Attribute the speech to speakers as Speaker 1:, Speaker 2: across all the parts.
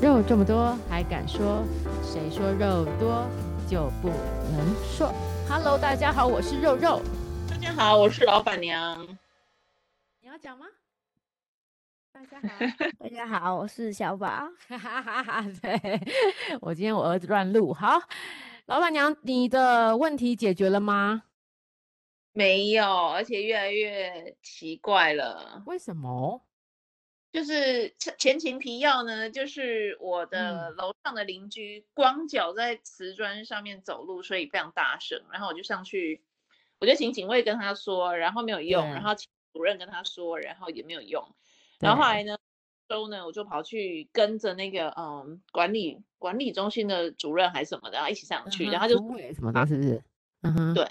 Speaker 1: 肉这么多还敢说？谁说肉多就不能说？Hello，大家好，我是肉肉。
Speaker 2: 大家好，我是老板娘。
Speaker 1: 你要讲吗？大家好，
Speaker 3: 大家好，我是小宝。
Speaker 1: 哈哈哈哈！ 对我今天我儿子乱录。好，老板娘，你的问题解决了吗？
Speaker 2: 没有，而且越来越奇怪了。
Speaker 1: 为什么？
Speaker 2: 就是前前情提要呢，就是我的楼上的邻居光脚在瓷砖上面走路，所以非常大声。然后我就上去，我就请警卫跟他说，然后没有用，
Speaker 1: 对
Speaker 2: 然后请主任跟他说，然后也没有用。然后后来呢，周呢我就跑去跟着那个嗯管理管理中心的主任还是什么的，然后一起
Speaker 1: 嗯
Speaker 2: 上去，然后他就
Speaker 1: 芦苇什么的，是不是？嗯哼，
Speaker 2: 对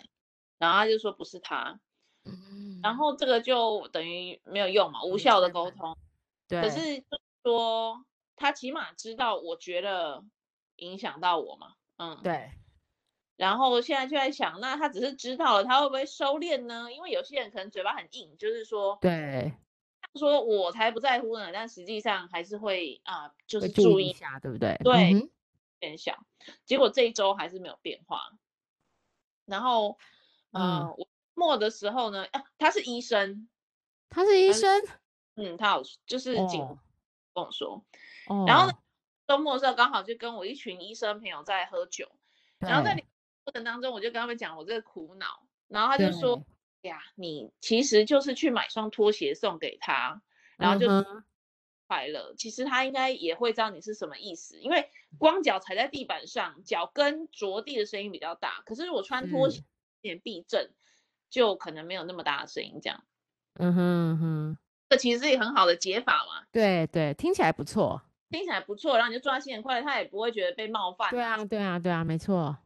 Speaker 2: 然后他就说不是他，
Speaker 1: 嗯，
Speaker 2: 然后这个就等于没有用嘛，无
Speaker 1: 没
Speaker 2: 效的
Speaker 1: 办
Speaker 2: 沟
Speaker 1: 法
Speaker 2: 通。
Speaker 1: 对，
Speaker 2: 可是就是说他起码知道，我觉得影响到我嘛，嗯，。
Speaker 1: 对，
Speaker 2: 然后现在就在想，那他只是知道了，他会不会收敛呢？因为有些人可能嘴巴很硬，就是说，
Speaker 1: 对，
Speaker 2: 他说我才不在乎呢，但实际上还是会啊、就
Speaker 1: 会
Speaker 2: 是注
Speaker 1: 意一
Speaker 2: 意
Speaker 1: 下，对不对？
Speaker 2: 对
Speaker 1: 嗯哼
Speaker 2: 变小。结果这一周还是没有变化。然后，
Speaker 1: 嗯
Speaker 2: 呃，我末的时候呢，啊，他是医生，
Speaker 1: 他是医
Speaker 2: 但是
Speaker 1: 生
Speaker 2: 嗯，他有就是警
Speaker 1: 哦
Speaker 2: 跟我说，
Speaker 1: 哦，
Speaker 2: 嗯然后呢，周末的时候刚好就跟我一群医生朋友在喝酒，然后在
Speaker 1: 对
Speaker 2: 聊天过程当中，我就跟他们讲我这个苦恼，然后他就说
Speaker 1: 对：“
Speaker 2: 哎呀，你其实就是去买双拖鞋送给他，然后就
Speaker 1: 嗯
Speaker 2: 快乐。其实他应该也会知道你是什么意思，因为光脚踩在地板上，脚跟着地的声音比较大。可是我穿拖
Speaker 1: 是
Speaker 2: 鞋有点避震，就可能没有那么大的声音。这样，
Speaker 1: 嗯哼嗯哼，
Speaker 2: 这其实是一个很好的解法嘛，
Speaker 1: 对对，听起来不错。
Speaker 2: 听起来不错。然后你就祝他新年快乐，他也不会觉得被冒犯。
Speaker 1: 对啊，对啊，对啊，没错。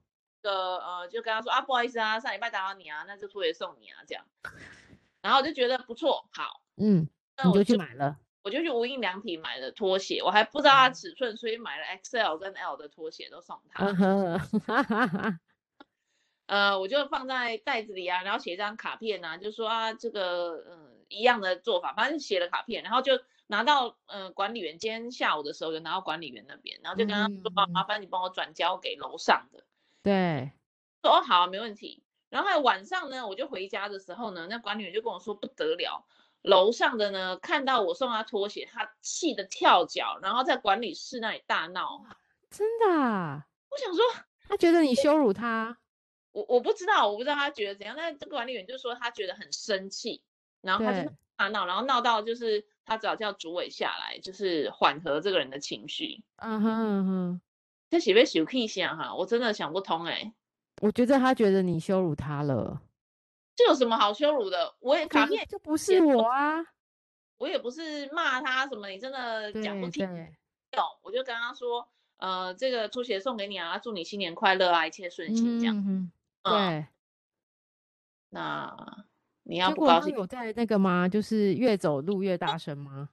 Speaker 2: 个呃，就跟他说啊，不好意思啊，上礼拜打扰你啊，那这拖鞋送你啊，这样。然后我就觉得不错，好，
Speaker 1: 嗯，
Speaker 2: 那
Speaker 1: 你
Speaker 2: 我
Speaker 1: 就去买了。
Speaker 2: 我就去无印良品买了拖鞋，我还不知道它尺寸，所以买了 XL 跟 L 的拖鞋都送他。
Speaker 1: 嗯哼，哈哈
Speaker 2: 啊
Speaker 1: 哈。
Speaker 2: 呃，我就放在袋子里啊，然后写一张卡片啊，就说啊，这个嗯、一样的做法，反正写了卡片，然后就拿到呃管理员，今天下午的时候就拿到管理员那边，然后就跟他说、啊
Speaker 1: 嗯
Speaker 2: 麻烦你帮我转交给楼上的。
Speaker 1: 对，
Speaker 2: 说哦好，没问题。然后后来晚上呢，我就回家的时候呢，那管理员就跟我说不得了，楼上的呢看到我送他拖鞋，他气得跳脚，然后在管理室那里大闹。
Speaker 1: 真的啊，
Speaker 2: 我想说，
Speaker 1: 他觉得你羞辱他。
Speaker 2: 我我不知道，我不知道他觉得怎样，但是这个管理员就说他觉得很生气，然后他就
Speaker 1: 对
Speaker 2: 大闹，然后闹到就是他只好叫主委下来，就是缓和这个人的情绪。
Speaker 1: 嗯哼嗯哼，
Speaker 2: 这喜被小 K 想哈，我真的想不通哎、
Speaker 1: 我觉得他觉得你羞辱他了。
Speaker 2: 这有什么好羞辱的？我也
Speaker 1: 就
Speaker 2: 卡
Speaker 1: 是
Speaker 2: 片
Speaker 1: 就不是我啊。
Speaker 2: 我也不是骂他什么，你真的
Speaker 1: 对
Speaker 2: 讲不听
Speaker 1: 对，
Speaker 2: 懂，我就跟他说，呃，这个拖鞋送给你啊，祝你新年快乐啊，一切顺心这样。
Speaker 1: 嗯哼，
Speaker 2: 嗯，
Speaker 1: 对。
Speaker 2: 那你要
Speaker 1: 结
Speaker 2: 不
Speaker 1: 果
Speaker 2: 高
Speaker 1: 他
Speaker 2: 兴，
Speaker 1: 有在那个吗？就是越走路越大声吗？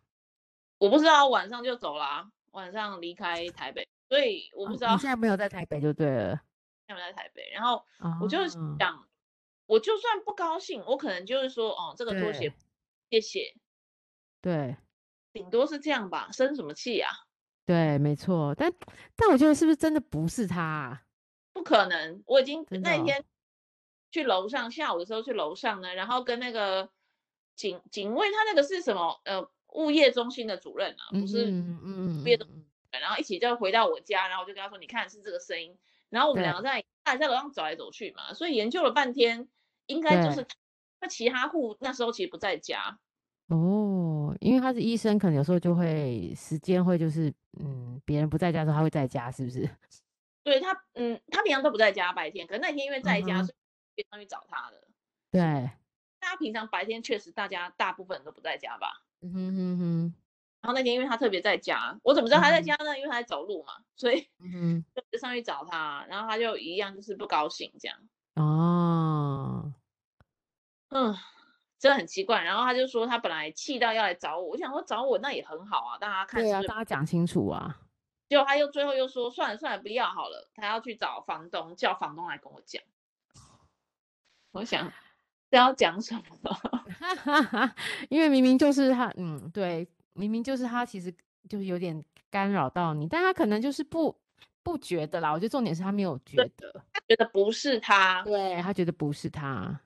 Speaker 2: 我不知道，晚上就走啦，晚上离开台北，所以我
Speaker 1: 我
Speaker 2: 不知道
Speaker 1: 哦你现在没有在台北就对了。
Speaker 2: 他们在台北。然后 我就
Speaker 1: 哦
Speaker 2: 想，我就算不高兴，我可能就是说，哦，这个拖鞋，谢谢，
Speaker 1: 对
Speaker 2: 顶多是这样吧，生什么气啊？
Speaker 1: 对，没错。但但我觉得是不是真的不是他啊？
Speaker 2: 不可能，我已经
Speaker 1: 真
Speaker 2: 那
Speaker 1: 的哦
Speaker 2: 一天去楼上，下午的时候去楼上呢，然后跟那个警警卫，他那个是什么？呃，物业中心的主任啊，不是，
Speaker 1: 嗯嗯嗯
Speaker 2: 别的
Speaker 1: 嗯嗯
Speaker 2: 然后一起就回到我家，然后我就跟他说，你看是这个声音，然后我们
Speaker 1: 对
Speaker 2: 两个在在在楼上走来走去嘛，所以研究了半天，应该就
Speaker 1: 对
Speaker 2: 是他那其他户那时候其实不在家，
Speaker 1: 哦，因为他是医生，可能有时候就会时间会就是，嗯，别人不在家的时候他会在家，是不是？
Speaker 2: 对他，嗯，他平常都不在家白天，可是那天因为在
Speaker 1: 嗯
Speaker 2: 家，
Speaker 1: 哼
Speaker 2: 所以别人去找他的。
Speaker 1: 对，
Speaker 2: 大家平常白天确实大家大部分人都不在家吧？
Speaker 1: 嗯哼哼哼，
Speaker 2: 然后那天因为他特别在家，我怎么知道他在家呢？因为他在走路嘛，所以
Speaker 1: 嗯
Speaker 2: 就上去找他，然后他就一样就是不高兴这样，
Speaker 1: 哼，哦，
Speaker 2: 嗯，真的很奇怪。然后他就说他本来气到要来找我，我想说找我那也很好啊，大家看
Speaker 1: 对
Speaker 2: 是
Speaker 1: 啊，
Speaker 2: 不是
Speaker 1: 大家讲清楚啊，
Speaker 2: 结果他又最后又说算了算了不要好了，他要去找房东，叫房东来跟我讲。我想这要讲什么？
Speaker 1: 因为明明就是他，嗯，对，明明就是他，其实就有点干扰到你，但他可能就是不不觉得啦。我觉得重点是他没有觉
Speaker 2: 对
Speaker 1: 得，
Speaker 2: 他觉得不是他
Speaker 1: 对他觉得不是他，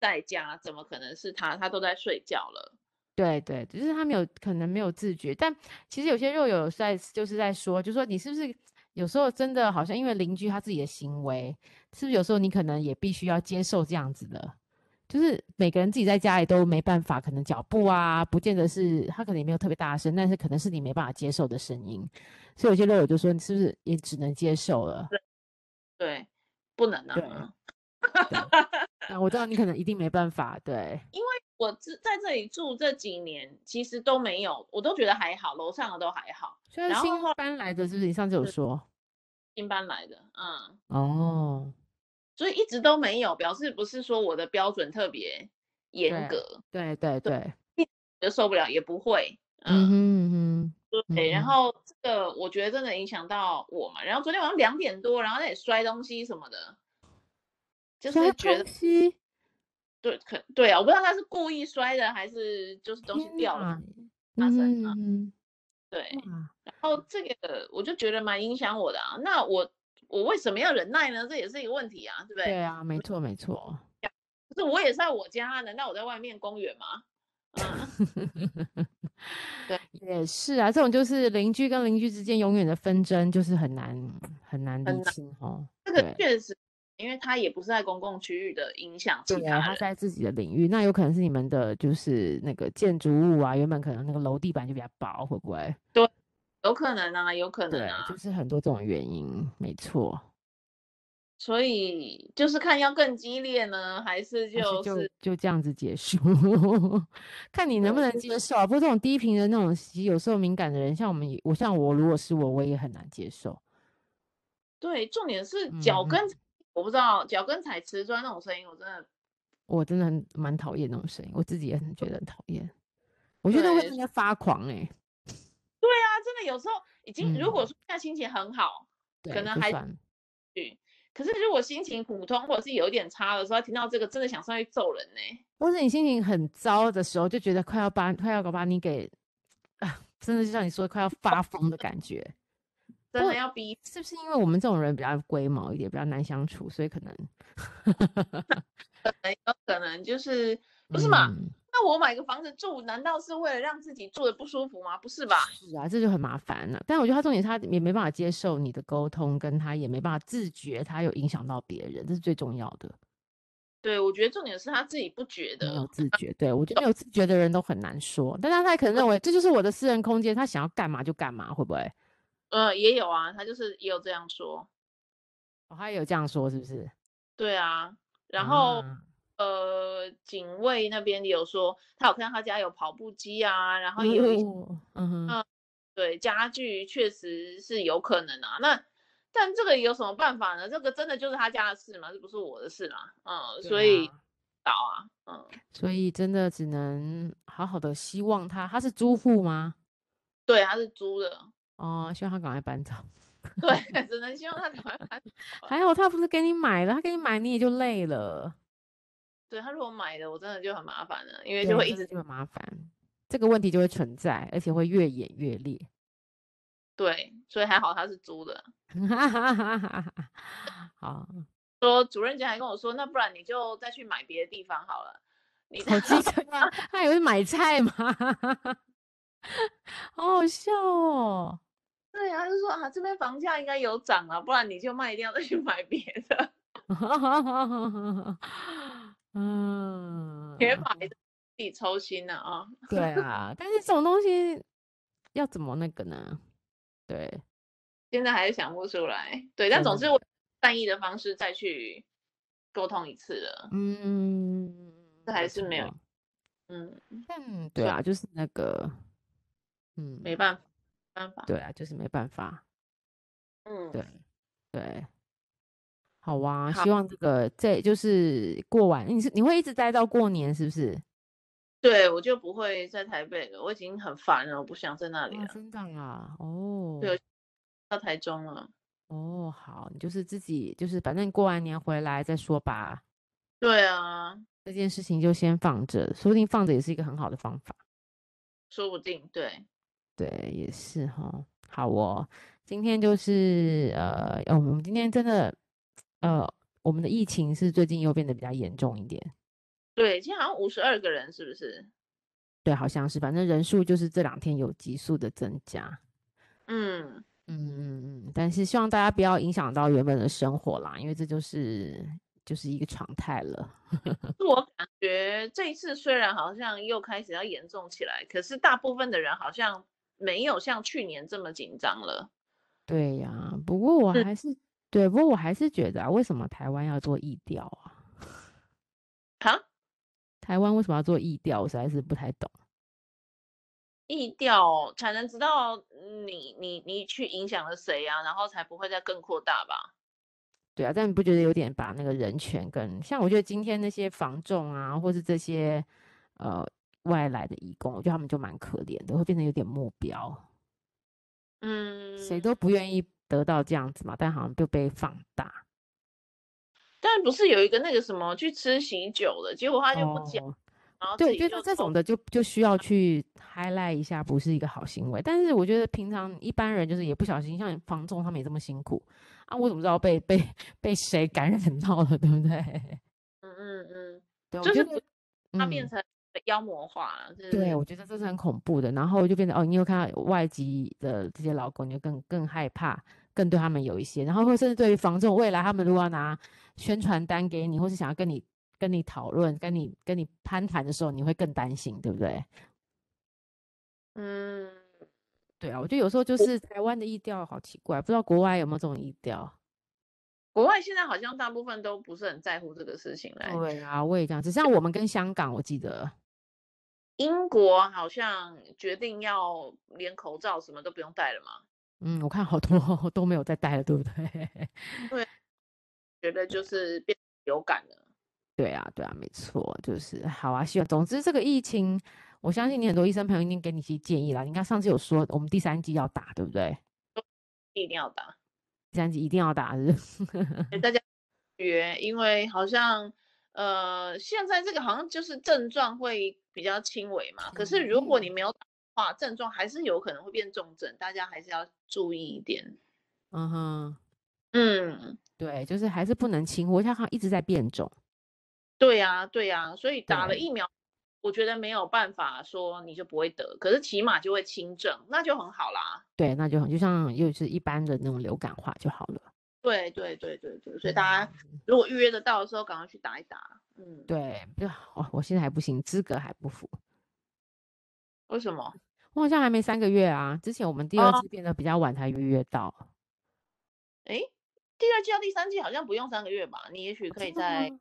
Speaker 2: 在家，怎么可能是他？他都在睡觉了。
Speaker 1: 对对，只是他没有可能没有自觉。但其实有些肉友在就是在说，就说你是不是有时候真的好像因为邻居他自己的行为，是不是有时候你可能也必须要接受这样子的？就是每个人自己在家里都没办法，可能脚步啊，不见得是他可能也没有特别大声，但是可能是你没办法接受的声音。所以有些肉友就说，你是不是也只能接受了？
Speaker 2: 对，不能
Speaker 1: 对
Speaker 2: 啊。
Speaker 1: 那我知道你可能一定没办法，对，
Speaker 2: 我自在这里住这几年，其实都没有，我都觉得还好，楼上的都还好。
Speaker 1: 虽然
Speaker 2: 然后
Speaker 1: 新
Speaker 2: 后来
Speaker 1: 搬来的，是不是？你上次有
Speaker 2: 是
Speaker 1: 说
Speaker 2: 新搬来的，嗯，
Speaker 1: 哦，
Speaker 2: 所以一直都没有，表示不是说我的标准特别
Speaker 1: 对
Speaker 2: 严格，
Speaker 1: 对对
Speaker 2: 对
Speaker 1: 对，
Speaker 2: 就受不了，也不会，
Speaker 1: 嗯
Speaker 2: 嗯，
Speaker 1: 哼嗯
Speaker 2: 对。然
Speaker 1: 嗯
Speaker 2: 后这个我觉得真的影响到我嘛。然后昨天晚上两点多，然后那里摔东西什么的，就
Speaker 1: 哼，
Speaker 2: 是
Speaker 1: 摔
Speaker 2: 觉得
Speaker 1: 东西
Speaker 2: 对，可对啊，我不知道他是故意摔的还是就是东西
Speaker 1: 天
Speaker 2: 掉了
Speaker 1: 哪，
Speaker 2: 发生哎啊
Speaker 1: 嗯
Speaker 2: 对。
Speaker 1: 哼，哇
Speaker 2: 然后哦这个我就觉得蛮影响我的啊。那我我为什么要忍耐呢？这也是一个问题啊，对不对？
Speaker 1: 对啊，没错没错，
Speaker 2: 可是我也是在我家啊，难道我在外面公园吗？
Speaker 1: 也是啊，这种就是邻居跟邻居之间永远的纷争，就是很难很难
Speaker 2: 很
Speaker 1: 理
Speaker 2: 难
Speaker 1: 清哦。
Speaker 2: 这个
Speaker 1: 对
Speaker 2: 确实，因为他也不是在公共区域的影响其
Speaker 1: 对啊，
Speaker 2: 他
Speaker 1: 他
Speaker 2: 人，
Speaker 1: 在自己的领域，那有可能是你们的就是那个建筑物啊，原本可能那个楼地板就比较薄，会不会？
Speaker 2: 有可能啊，有可能
Speaker 1: 对，
Speaker 2: 啊。
Speaker 1: 就是很多这种原因，没错。
Speaker 2: 所以就是看要更激烈呢，还是
Speaker 1: 还是
Speaker 2: 就
Speaker 1: 就是就这样子结束， 看你能不
Speaker 2: 对
Speaker 1: 能接受啊。不过这种低频的那种，其实有时候敏感的人，像我们也，我像我，如果是我，我也很难接受。
Speaker 2: 对，重点是脚
Speaker 1: 嗯
Speaker 2: 跟，我不知道脚跟踩瓷砖那种声音，我真的
Speaker 1: 我真的很蛮讨厌那种声音，我自己也很觉得很讨厌。我觉得会
Speaker 2: 对
Speaker 1: 应该发狂哎、欸，
Speaker 2: 啊，真的有时候已经，
Speaker 1: 嗯
Speaker 2: 如果说现在心情很好，
Speaker 1: 对，
Speaker 2: 能
Speaker 1: 就
Speaker 2: 还
Speaker 1: 算
Speaker 2: 去，可是如果心情普通或者是有一点差的时候，听到这个真的想上去揍人呢、
Speaker 1: 或是你心情很糟的时候，就觉得快要把快要把你给啊，真的就像你说的快要发疯的感觉。
Speaker 2: 真
Speaker 1: 不
Speaker 2: 的要逼
Speaker 1: 是不是因为我们这种人比较龟毛一点，比较难相处，所以可能
Speaker 2: 人，有可能就是不是嘛？
Speaker 1: 嗯
Speaker 2: 那我买个房子住，难道是为了让自己住的不舒服吗？不是吧？
Speaker 1: 是啊，这就很麻烦了、但我觉得他重点是他也没办法接受你的沟通，跟他也没办法自觉他有影响到别人，这是最重要的。
Speaker 2: 对，我觉得重点是他自己不觉
Speaker 1: 没有
Speaker 2: 得，
Speaker 1: 自觉，对我觉得没有自觉的人都很难说。但他他可能认为这就是我的私人空间，他想要干嘛就干嘛，会不会？
Speaker 2: 呃，也有啊，他就是也有这样说，
Speaker 1: 哦，他也有这样说，是不是？
Speaker 2: 对啊。然后、
Speaker 1: 啊
Speaker 2: 呃，警卫那边也有说，他有看到他家有跑步机啊，然后也有一些
Speaker 1: 哦嗯哼，
Speaker 2: 对，家具确实是有可能啊。那但这个有什么办法呢？这个真的就是他家的事嘛，这不是我的事嘛。嗯，
Speaker 1: 对
Speaker 2: 所以
Speaker 1: 啊
Speaker 2: 倒啊，嗯，
Speaker 1: 所以真的只能好好的希望他，他是租户吗？
Speaker 2: 对，他是租的，
Speaker 1: 哦，希望他赶快搬走。
Speaker 2: 对，只能希望他赶快搬 走。
Speaker 1: 还好他不是给你买了，他给你买你也就累了。
Speaker 2: 对他如果买的，我真的就很麻烦了，因为
Speaker 1: 对
Speaker 2: 就会
Speaker 1: 这
Speaker 2: 一直
Speaker 1: 就很麻烦，这个问题就会存在，而且会越演越烈。
Speaker 2: 对，所以还好他是租的。
Speaker 1: 好，
Speaker 2: 说主任姐还跟我说，那不然你就再去买别的地方好了。你
Speaker 1: 好机车 啊，他以为是买菜嘛， 好好笑哦。
Speaker 2: 对啊，他就说啊，这边房价应该有涨啊，不然你就卖掉再去买别的，
Speaker 1: 嗯，
Speaker 2: 别买
Speaker 1: 哦
Speaker 2: 的自己抽筋了啊。
Speaker 1: 对啊，但是这种东西要怎么那个呢？对，
Speaker 2: 现在还是想不出来。对，但
Speaker 1: 真
Speaker 2: 总
Speaker 1: 的
Speaker 2: 之我善意的方式再去沟通一次了。
Speaker 1: 嗯，
Speaker 2: 这还是没有
Speaker 1: 错。
Speaker 2: 嗯，
Speaker 1: 但对
Speaker 2: 算
Speaker 1: 啊，就是那个，嗯，
Speaker 2: 没办法，没办法。
Speaker 1: 对啊，就是没办法。
Speaker 2: 嗯，
Speaker 1: 对对，好哇、
Speaker 2: 好
Speaker 1: 希望这个这就是过完，你是你会一直待到过年是不是？
Speaker 2: 对我就不会在台北了，我已经很烦了，我不想在那里
Speaker 1: 啊
Speaker 2: 了，
Speaker 1: 真的啊，哦，
Speaker 2: 对到台中了。
Speaker 1: 哦，好，你就是自己就是反正过完年回来再说吧，
Speaker 2: 对啊，
Speaker 1: 这件事情就先放着，说不定放着也是一个很好的方法。
Speaker 2: 说不定对。
Speaker 1: 对，也是哈。好哦，今天就是呃，呃我们今天真的呃，我们的疫情是最近又变得比较严重一点。
Speaker 2: 对，今天好像五十二个人，是不是？
Speaker 1: 对，好像是，反正人数就是这两天有急速的增加。
Speaker 2: 嗯，
Speaker 1: 嗯嗯嗯，但是希望大家不要影响到原本的生活啦，因为这就是就是一个常态了。嗯
Speaker 2: 是我感觉这一次虽然好像又开始要严重起来，可是大部分的人好像没有像去年这么紧张了。
Speaker 1: 对呀、不过我
Speaker 2: 是
Speaker 1: 还是对，不过我还是觉得啊，为什么台湾要做疫调啊？
Speaker 2: 哈，
Speaker 1: 台湾为什么要做疫调？我实在是不太懂。
Speaker 2: 意调才能知道你你你去影响了谁啊，然后才不会再更扩大吧？
Speaker 1: 对啊，但你不觉得有点把那个人权跟像我觉得今天那些房仲啊，或是这些呃外来的移工，我觉得他们就蛮可怜的，会变成有点目标，
Speaker 2: 嗯，
Speaker 1: 谁都不愿意得到这样子嘛，但好像就被放大。
Speaker 2: 但不是有一个那个什么去吃喜酒的，结果他就不讲，
Speaker 1: 哦
Speaker 2: 然后
Speaker 1: 对，我
Speaker 2: 自己
Speaker 1: 觉
Speaker 2: 就嗯
Speaker 1: 得这
Speaker 2: 偷
Speaker 1: 种的就就需要去 highlight 一下，不是一个好行为。但是我觉得平常
Speaker 2: 嗯
Speaker 1: 一般人就是也不小心，像房仲他们也这么辛苦啊，我怎么知道被被被谁感染到了，对不对？
Speaker 2: 嗯嗯嗯，
Speaker 1: 对，我
Speaker 2: 就
Speaker 1: 觉
Speaker 2: 是
Speaker 1: 得
Speaker 2: 它变
Speaker 1: 嗯
Speaker 2: 成妖魔化了，就是
Speaker 1: 对，我觉得这是很恐怖的。然后就变成哦，你有看到外籍的这些老公，你就更更害怕，更对他们有一些，然后或甚至对于房仲，未来他们如果要拿宣传单给你，或是想要跟你跟你讨论、跟你跟你攀谈的时候，你会更担心，对不对？
Speaker 2: 嗯，
Speaker 1: 对啊，我觉得有时候就是台湾的意调好奇怪，不知道国外有没有这种意调。
Speaker 2: 国外现在好像大部分都不是很在乎这个事情来，
Speaker 1: 对啊，我也这样，只像我们跟香港，我记得
Speaker 2: 英国好像决定要连口罩什么都不用戴了嘛，
Speaker 1: 嗯，我看好多 都没有再戴了，对不对？
Speaker 2: 觉得就是变流感了。
Speaker 1: 对啊，对啊，没错，就是好啊。希望，总之这个疫情，我相信你很多医生朋友一定给你一些建议啦。你看上次有说我们第三季要打，对不对？
Speaker 2: 一定要打，
Speaker 1: 第三季一定要打， 是不是
Speaker 2: 约，因为好像呃，现在这个好像就是症状会比较轻微嘛。可是
Speaker 1: 轻
Speaker 2: 如果
Speaker 1: 微
Speaker 2: 你没有打的话，症状还是有可能会变重症，大家还是要注意一点。
Speaker 1: 嗯哼，
Speaker 2: 嗯，
Speaker 1: 对，就是还是不能轻忽，它好像一直在变种。
Speaker 2: 对呀、对呀、所以打了
Speaker 1: 对
Speaker 2: 疫苗，我觉得没有办法说你就不会得，可是起码就会轻症，那就很好啦。
Speaker 1: 对，那就很就像又是一般的那种流感化就好了。
Speaker 2: 对对对对对，所以大家
Speaker 1: 嗯
Speaker 2: 如果预约得到的时候，赶快去打一打。嗯，，
Speaker 1: 对，就哦，我现在还不行，资格还不符，
Speaker 2: 为什么？
Speaker 1: 我好像还没三个月啊。之前我们第二
Speaker 2: 哦
Speaker 1: 次变得比较晚才预约到，
Speaker 2: 诶，第二季到第三季好像不用三个月吧？你也许可以
Speaker 1: 哦真的
Speaker 2: 在
Speaker 1: 吗，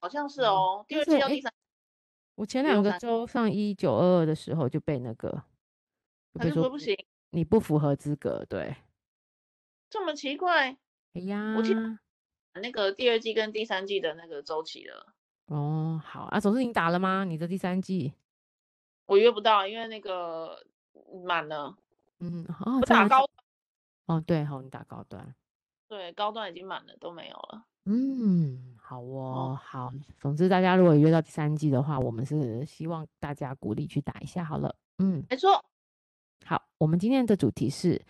Speaker 2: 好像是
Speaker 1: 嗯
Speaker 2: 哦，第
Speaker 1: 但
Speaker 2: 二
Speaker 1: 是
Speaker 2: 季到
Speaker 1: 诶
Speaker 2: 第三，
Speaker 1: 我前
Speaker 2: 不
Speaker 1: 两
Speaker 2: 用
Speaker 1: 个
Speaker 2: 三
Speaker 1: 周上一九二二的时候就被那个，就
Speaker 2: 他
Speaker 1: 被
Speaker 2: 啊就
Speaker 1: 说
Speaker 2: 说不行，
Speaker 1: 你不符合资格，对。
Speaker 2: 这么奇怪，
Speaker 1: 哎呀，
Speaker 2: 嗯记得那个第二季跟第三季的那个周期了，
Speaker 1: 哦，好啊，总之你打了吗？你的第三季，
Speaker 2: 我约不到，因为那个满了，
Speaker 1: 嗯，哦，
Speaker 2: 我
Speaker 1: 这
Speaker 2: 打
Speaker 1: 样子
Speaker 2: 高，
Speaker 1: 哦，对，好，你打高端，
Speaker 2: 对，高端已经满了，都没有了。
Speaker 1: 嗯，好哦，好，总之大家如果约到第三季的话，我们是希望大家鼓励去打一下好了，嗯，
Speaker 2: 没错，
Speaker 1: 好，我们今天的主题是，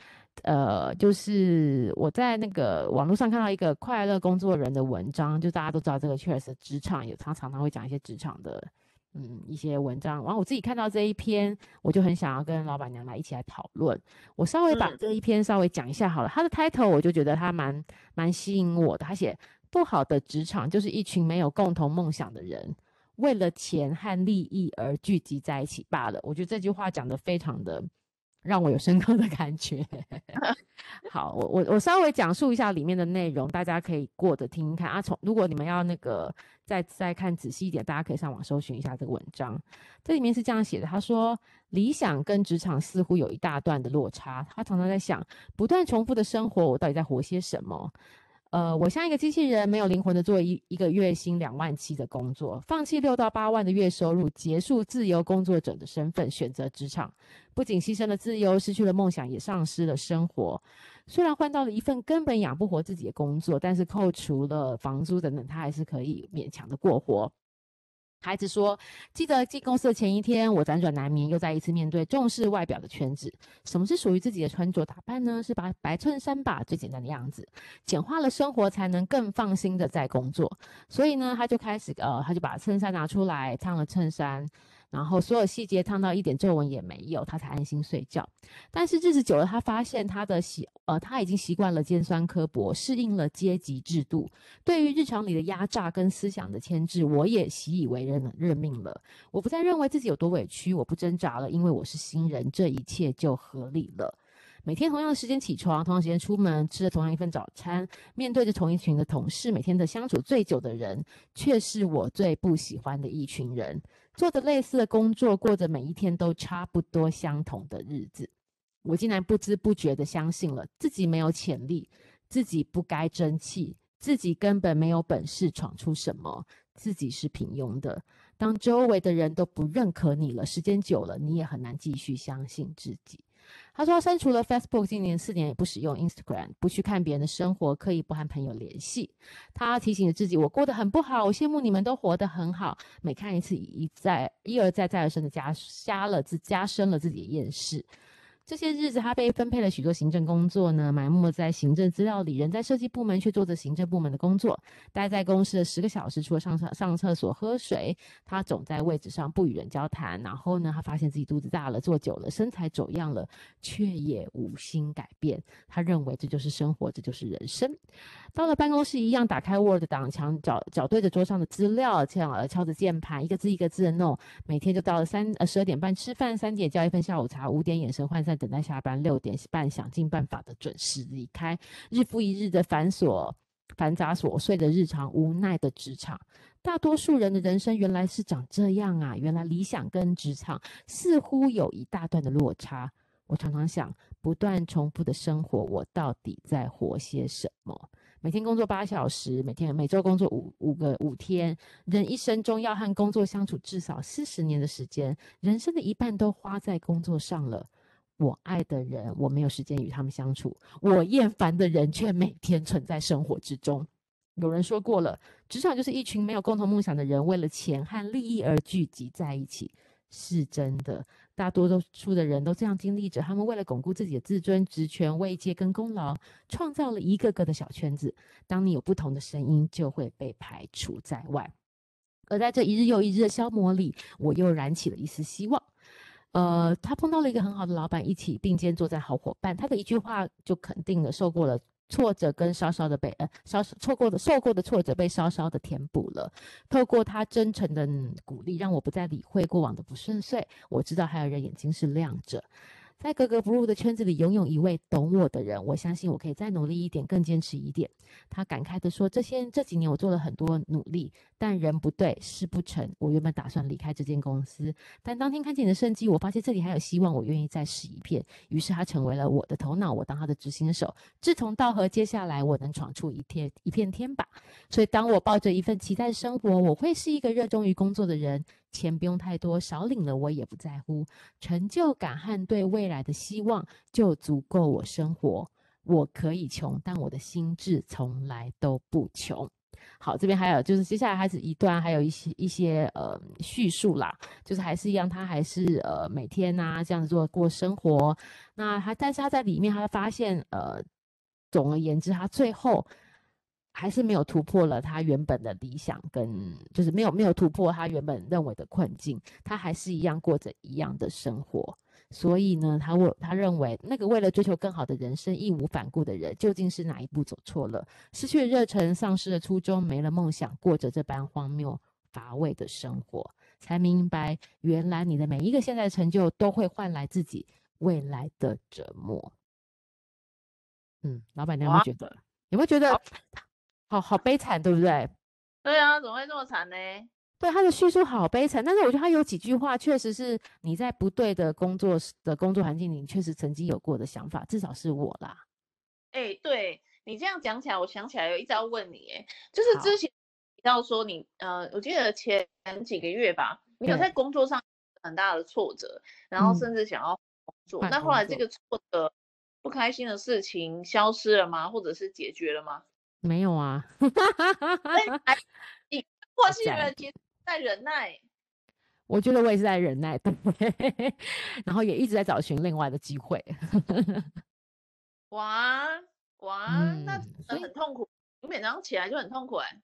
Speaker 1: 呃，就是我在那个网络上看到一个快乐工作人的文章，就大家都知道这个确实职场有他常常会讲一些职场的，嗯，一些文章。然后我自己看到这一篇，我就很想要跟老板娘来一起来讨论。我稍微把
Speaker 2: 嗯
Speaker 1: 这一篇稍微讲一下好了，它的 title 我就觉得它蛮蛮吸引我的，它写不好的职场就是一群没有共同梦想的人。为了钱和利益而聚集在一起罢了。我觉得这句话讲得非常的让我有深刻的感觉。好，我我我稍微讲述一下里面的内容，大家可以过着听听看啊。从如果你们要那个再再看仔细一点，大家可以上网搜寻一下这个文章。这里面是这样写的，他说理想跟职场似乎有一大段的落差。他常常在想，不断重复的生活，我到底在活些什么？呃，我像一个机器人，没有灵魂的做一一个月薪两万七的工作，放弃六到八万的月收入，结束自由工作者的身份，选择职场，不仅牺牲了自由，失去了梦想，也丧失了生活。虽然换到了一份根本养不活自己的工作，但是扣除了房租等等，他还是可以勉强的过活。孩子说：“记得进公司的前一天，我辗转难眠，又再一次面对重视外表的圈子。什么是属于自己的穿着打扮呢？是把白衬衫吧，最简单的样子，简化了生活，才能更放心的在工作。所以呢，他就开始呃，他就把衬衫拿出来，烫了衬衫，然后所有细节烫到一点皱纹也没有，他才安心睡觉。但是日子久了，他发现他的习呃，他已经习惯了尖酸刻薄，适应了阶级制度，对于日常里的压榨跟思想的牵制，我也习以为认了，认命了。我不再认为自己有多委屈，我不挣扎了，因为我是新人，这一切就合理了。每天同样的时间起床，同样时间出门，吃着同样一份早餐，面对着同一群的同事，每天的相处最久的人，却是我最不喜欢的一群人。做着类似的工作，过着每一天都差不多相同的日子，我竟然不知不觉的相信了自己没有潜力，自己不该争气，自己根本没有本事闯出什么，自己是平庸的。当周围的人都不认可你了，时间久了，你也很难继续相信自己。他说，他删除了 Facebook，今年四年也不使用 Instagram，不去看别人的生活，刻意不和朋友联系。他提醒自己，我过得很不好，我羡慕你们都活得很好。每看一次，一再一而再再而三的加加了自加深了自己的厌世。这些日子，他被分配了许多行政工作呢，埋没在行政资料里，人在设计部门却做着行政部门的工作，待在公司的十个小时，除了上厕上厕所、喝水，他总在位置上不与人交谈。然后呢，他发现自己肚子大了，坐久了，身材走样了，却也无心改变。他认为这就是生活，这就是人生。到了办公室，一样打开 Word 档，墙角角对着桌上的资料，这样呃敲着键盘，一个字一个字的弄。每天就到了三呃十二点半吃饭，三点叫一份下午茶，五点眼神涣散等待下班，六点半想尽办法的准时离开，日复一日的繁琐、繁杂、琐碎的日常，无奈的职场。大多数人的人生原来是长这样啊！原来理想跟职场似乎有一大段的落差。我常常想，不断重复的生活，我到底在活些什么？每天工作八小时，每天每周工作五五个五天，人一生中要和工作相处至少四十年的时间，人生的一半都花在工作上了。我爱的人，我没有时间与他们相处；我厌烦的人，却每天存在生活之中。有人说过了，职场就是一群没有共同梦想的人，为了钱和利益而聚集在一起，是真的。大多数的人都这样经历着，他们为了巩固自己的自尊、职权、位阶跟功劳，创造了一个个的小圈子。当你有不同的声音，就会被排除在外。而在这一日又一日的消磨里，我又燃起了一丝希望。呃，他碰到了一个很好的老板，一起并肩作战好伙伴。他的一句话就肯定了受过了挫折跟稍稍的被呃稍错过的受过的挫折被稍稍的填补了。透过他真诚的鼓励，让我不再理会过往的不顺遂。我知道还有人眼睛是亮着，在格格不入的圈子里，拥有一位懂我的人。我相信我可以再努力一点，更坚持一点。他感慨地说：“这些这几年我做了很多努力，但人不对，事不成。我原本打算离开这间公司，但当天看见你的生机，我发现这里还有希望，我愿意再试一遍。于是他成为了我的头脑，我当他的执行手，志同道合。接下来我能闯出一片一片天吧。所以，当我抱着一份期待生活，我会是一个热衷于工作的人。钱不用太多，少领了我也不在乎。成就感和对未来的希望就足够我生活。我可以穷，但我的心智从来都不穷。好，这边还有就是接下来还是一段，还有一些一些呃叙述啦，就是还是一样，他还是呃每天呐、这样子做过生活。那他但是他在里面他发现呃，总而言之，他最后还是没有突破了他原本的理想跟就是没有没有突破他原本认为的困境，他还是一样过着一样的生活。所以呢，他为他认为那个为了追求更好的人生义无反顾的人，究竟是哪一步走错了？失去了热忱，丧失了初衷，没了梦想，过着这般荒谬乏味的生活，才明白原来你的每一个现在的成就都会换来自己未来的折磨。嗯，老板娘有没有
Speaker 2: 哇
Speaker 1: 觉得？有没有觉得好好悲惨，对不对？
Speaker 2: 对啊，怎么会这么惨呢？
Speaker 1: 对他的叙述好悲惨，但是我觉得他有几句话确实是你在不对的工作时的工作环境里，确实曾经有过的想法，至少是我啦。
Speaker 2: 哎，对你这样讲起来，我想起来有一直要问你，哎，就是
Speaker 1: 好
Speaker 2: 之前提到说你，呃，我记得前几个月吧，你有
Speaker 1: 对
Speaker 2: 在工作上很大的挫折，然后
Speaker 1: 嗯
Speaker 2: 甚至想要工作，
Speaker 1: 换
Speaker 2: 那后
Speaker 1: 工
Speaker 2: 来这
Speaker 1: 作
Speaker 2: 个挫折、不开心的事情消失了吗？或者是解决了吗？
Speaker 1: 没有啊，
Speaker 2: 哎，哎你放弃
Speaker 1: 讲
Speaker 2: 了，其实在忍耐。
Speaker 1: 我觉得我也是在忍耐，对， 然后也一直在找寻另外的机会。
Speaker 2: 哇哇，那
Speaker 1: 嗯
Speaker 2: 真的
Speaker 1: 所以
Speaker 2: 很痛苦。你每早上起来就很痛苦哎、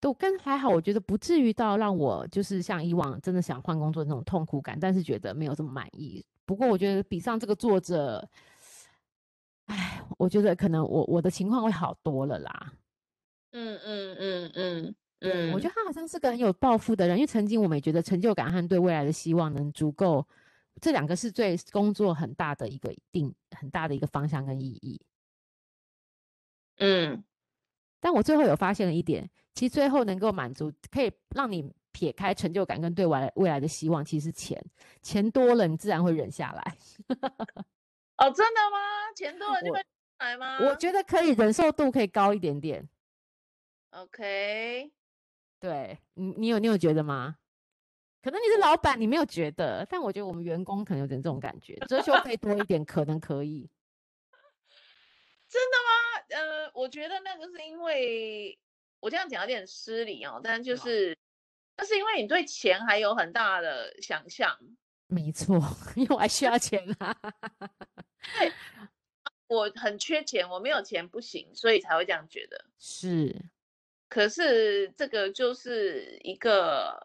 Speaker 1: 都跟还好，我觉得不至于到让我就是像以往真的想换工作那种痛苦感，但是觉得没有这么满意。不过我觉得比上这个作者，哎，我觉得可能我我的情况会好多了啦。
Speaker 2: 嗯嗯嗯嗯
Speaker 1: 对
Speaker 2: 嗯，
Speaker 1: 我觉得他好像是个很有抱负的人，因为曾经我们也觉得成就感和对未来的希望能足够，这两个是对工作很大的一个定很大的一个方向跟意义。
Speaker 2: 嗯
Speaker 1: 但我最后有发现了一点，其实最后能够满足，可以让你撇开成就感跟对未来未来的希望，其实是钱，钱多了你自然会忍下来。
Speaker 2: 哦，真的吗？钱多了就
Speaker 1: 啊我
Speaker 2: 会来吗？
Speaker 1: 我觉得可以忍受度可以高一点点。
Speaker 2: OK，
Speaker 1: 对你，你有你有觉得吗？可能你是老板，你没有觉得，但我觉得我们员工可能有点这种感觉，遮羞费多一点，可能可 以。
Speaker 2: 真的吗？呃，我觉得那个是因为我这样讲有点失礼哦，但就
Speaker 1: 好
Speaker 2: 是那是因为你对钱还有很大的想象。
Speaker 1: 没错，因为我还需要钱啊。
Speaker 2: 我很缺钱，我没有钱不行，所以才会这样觉得。
Speaker 1: 是，
Speaker 2: 可是这个就是一个，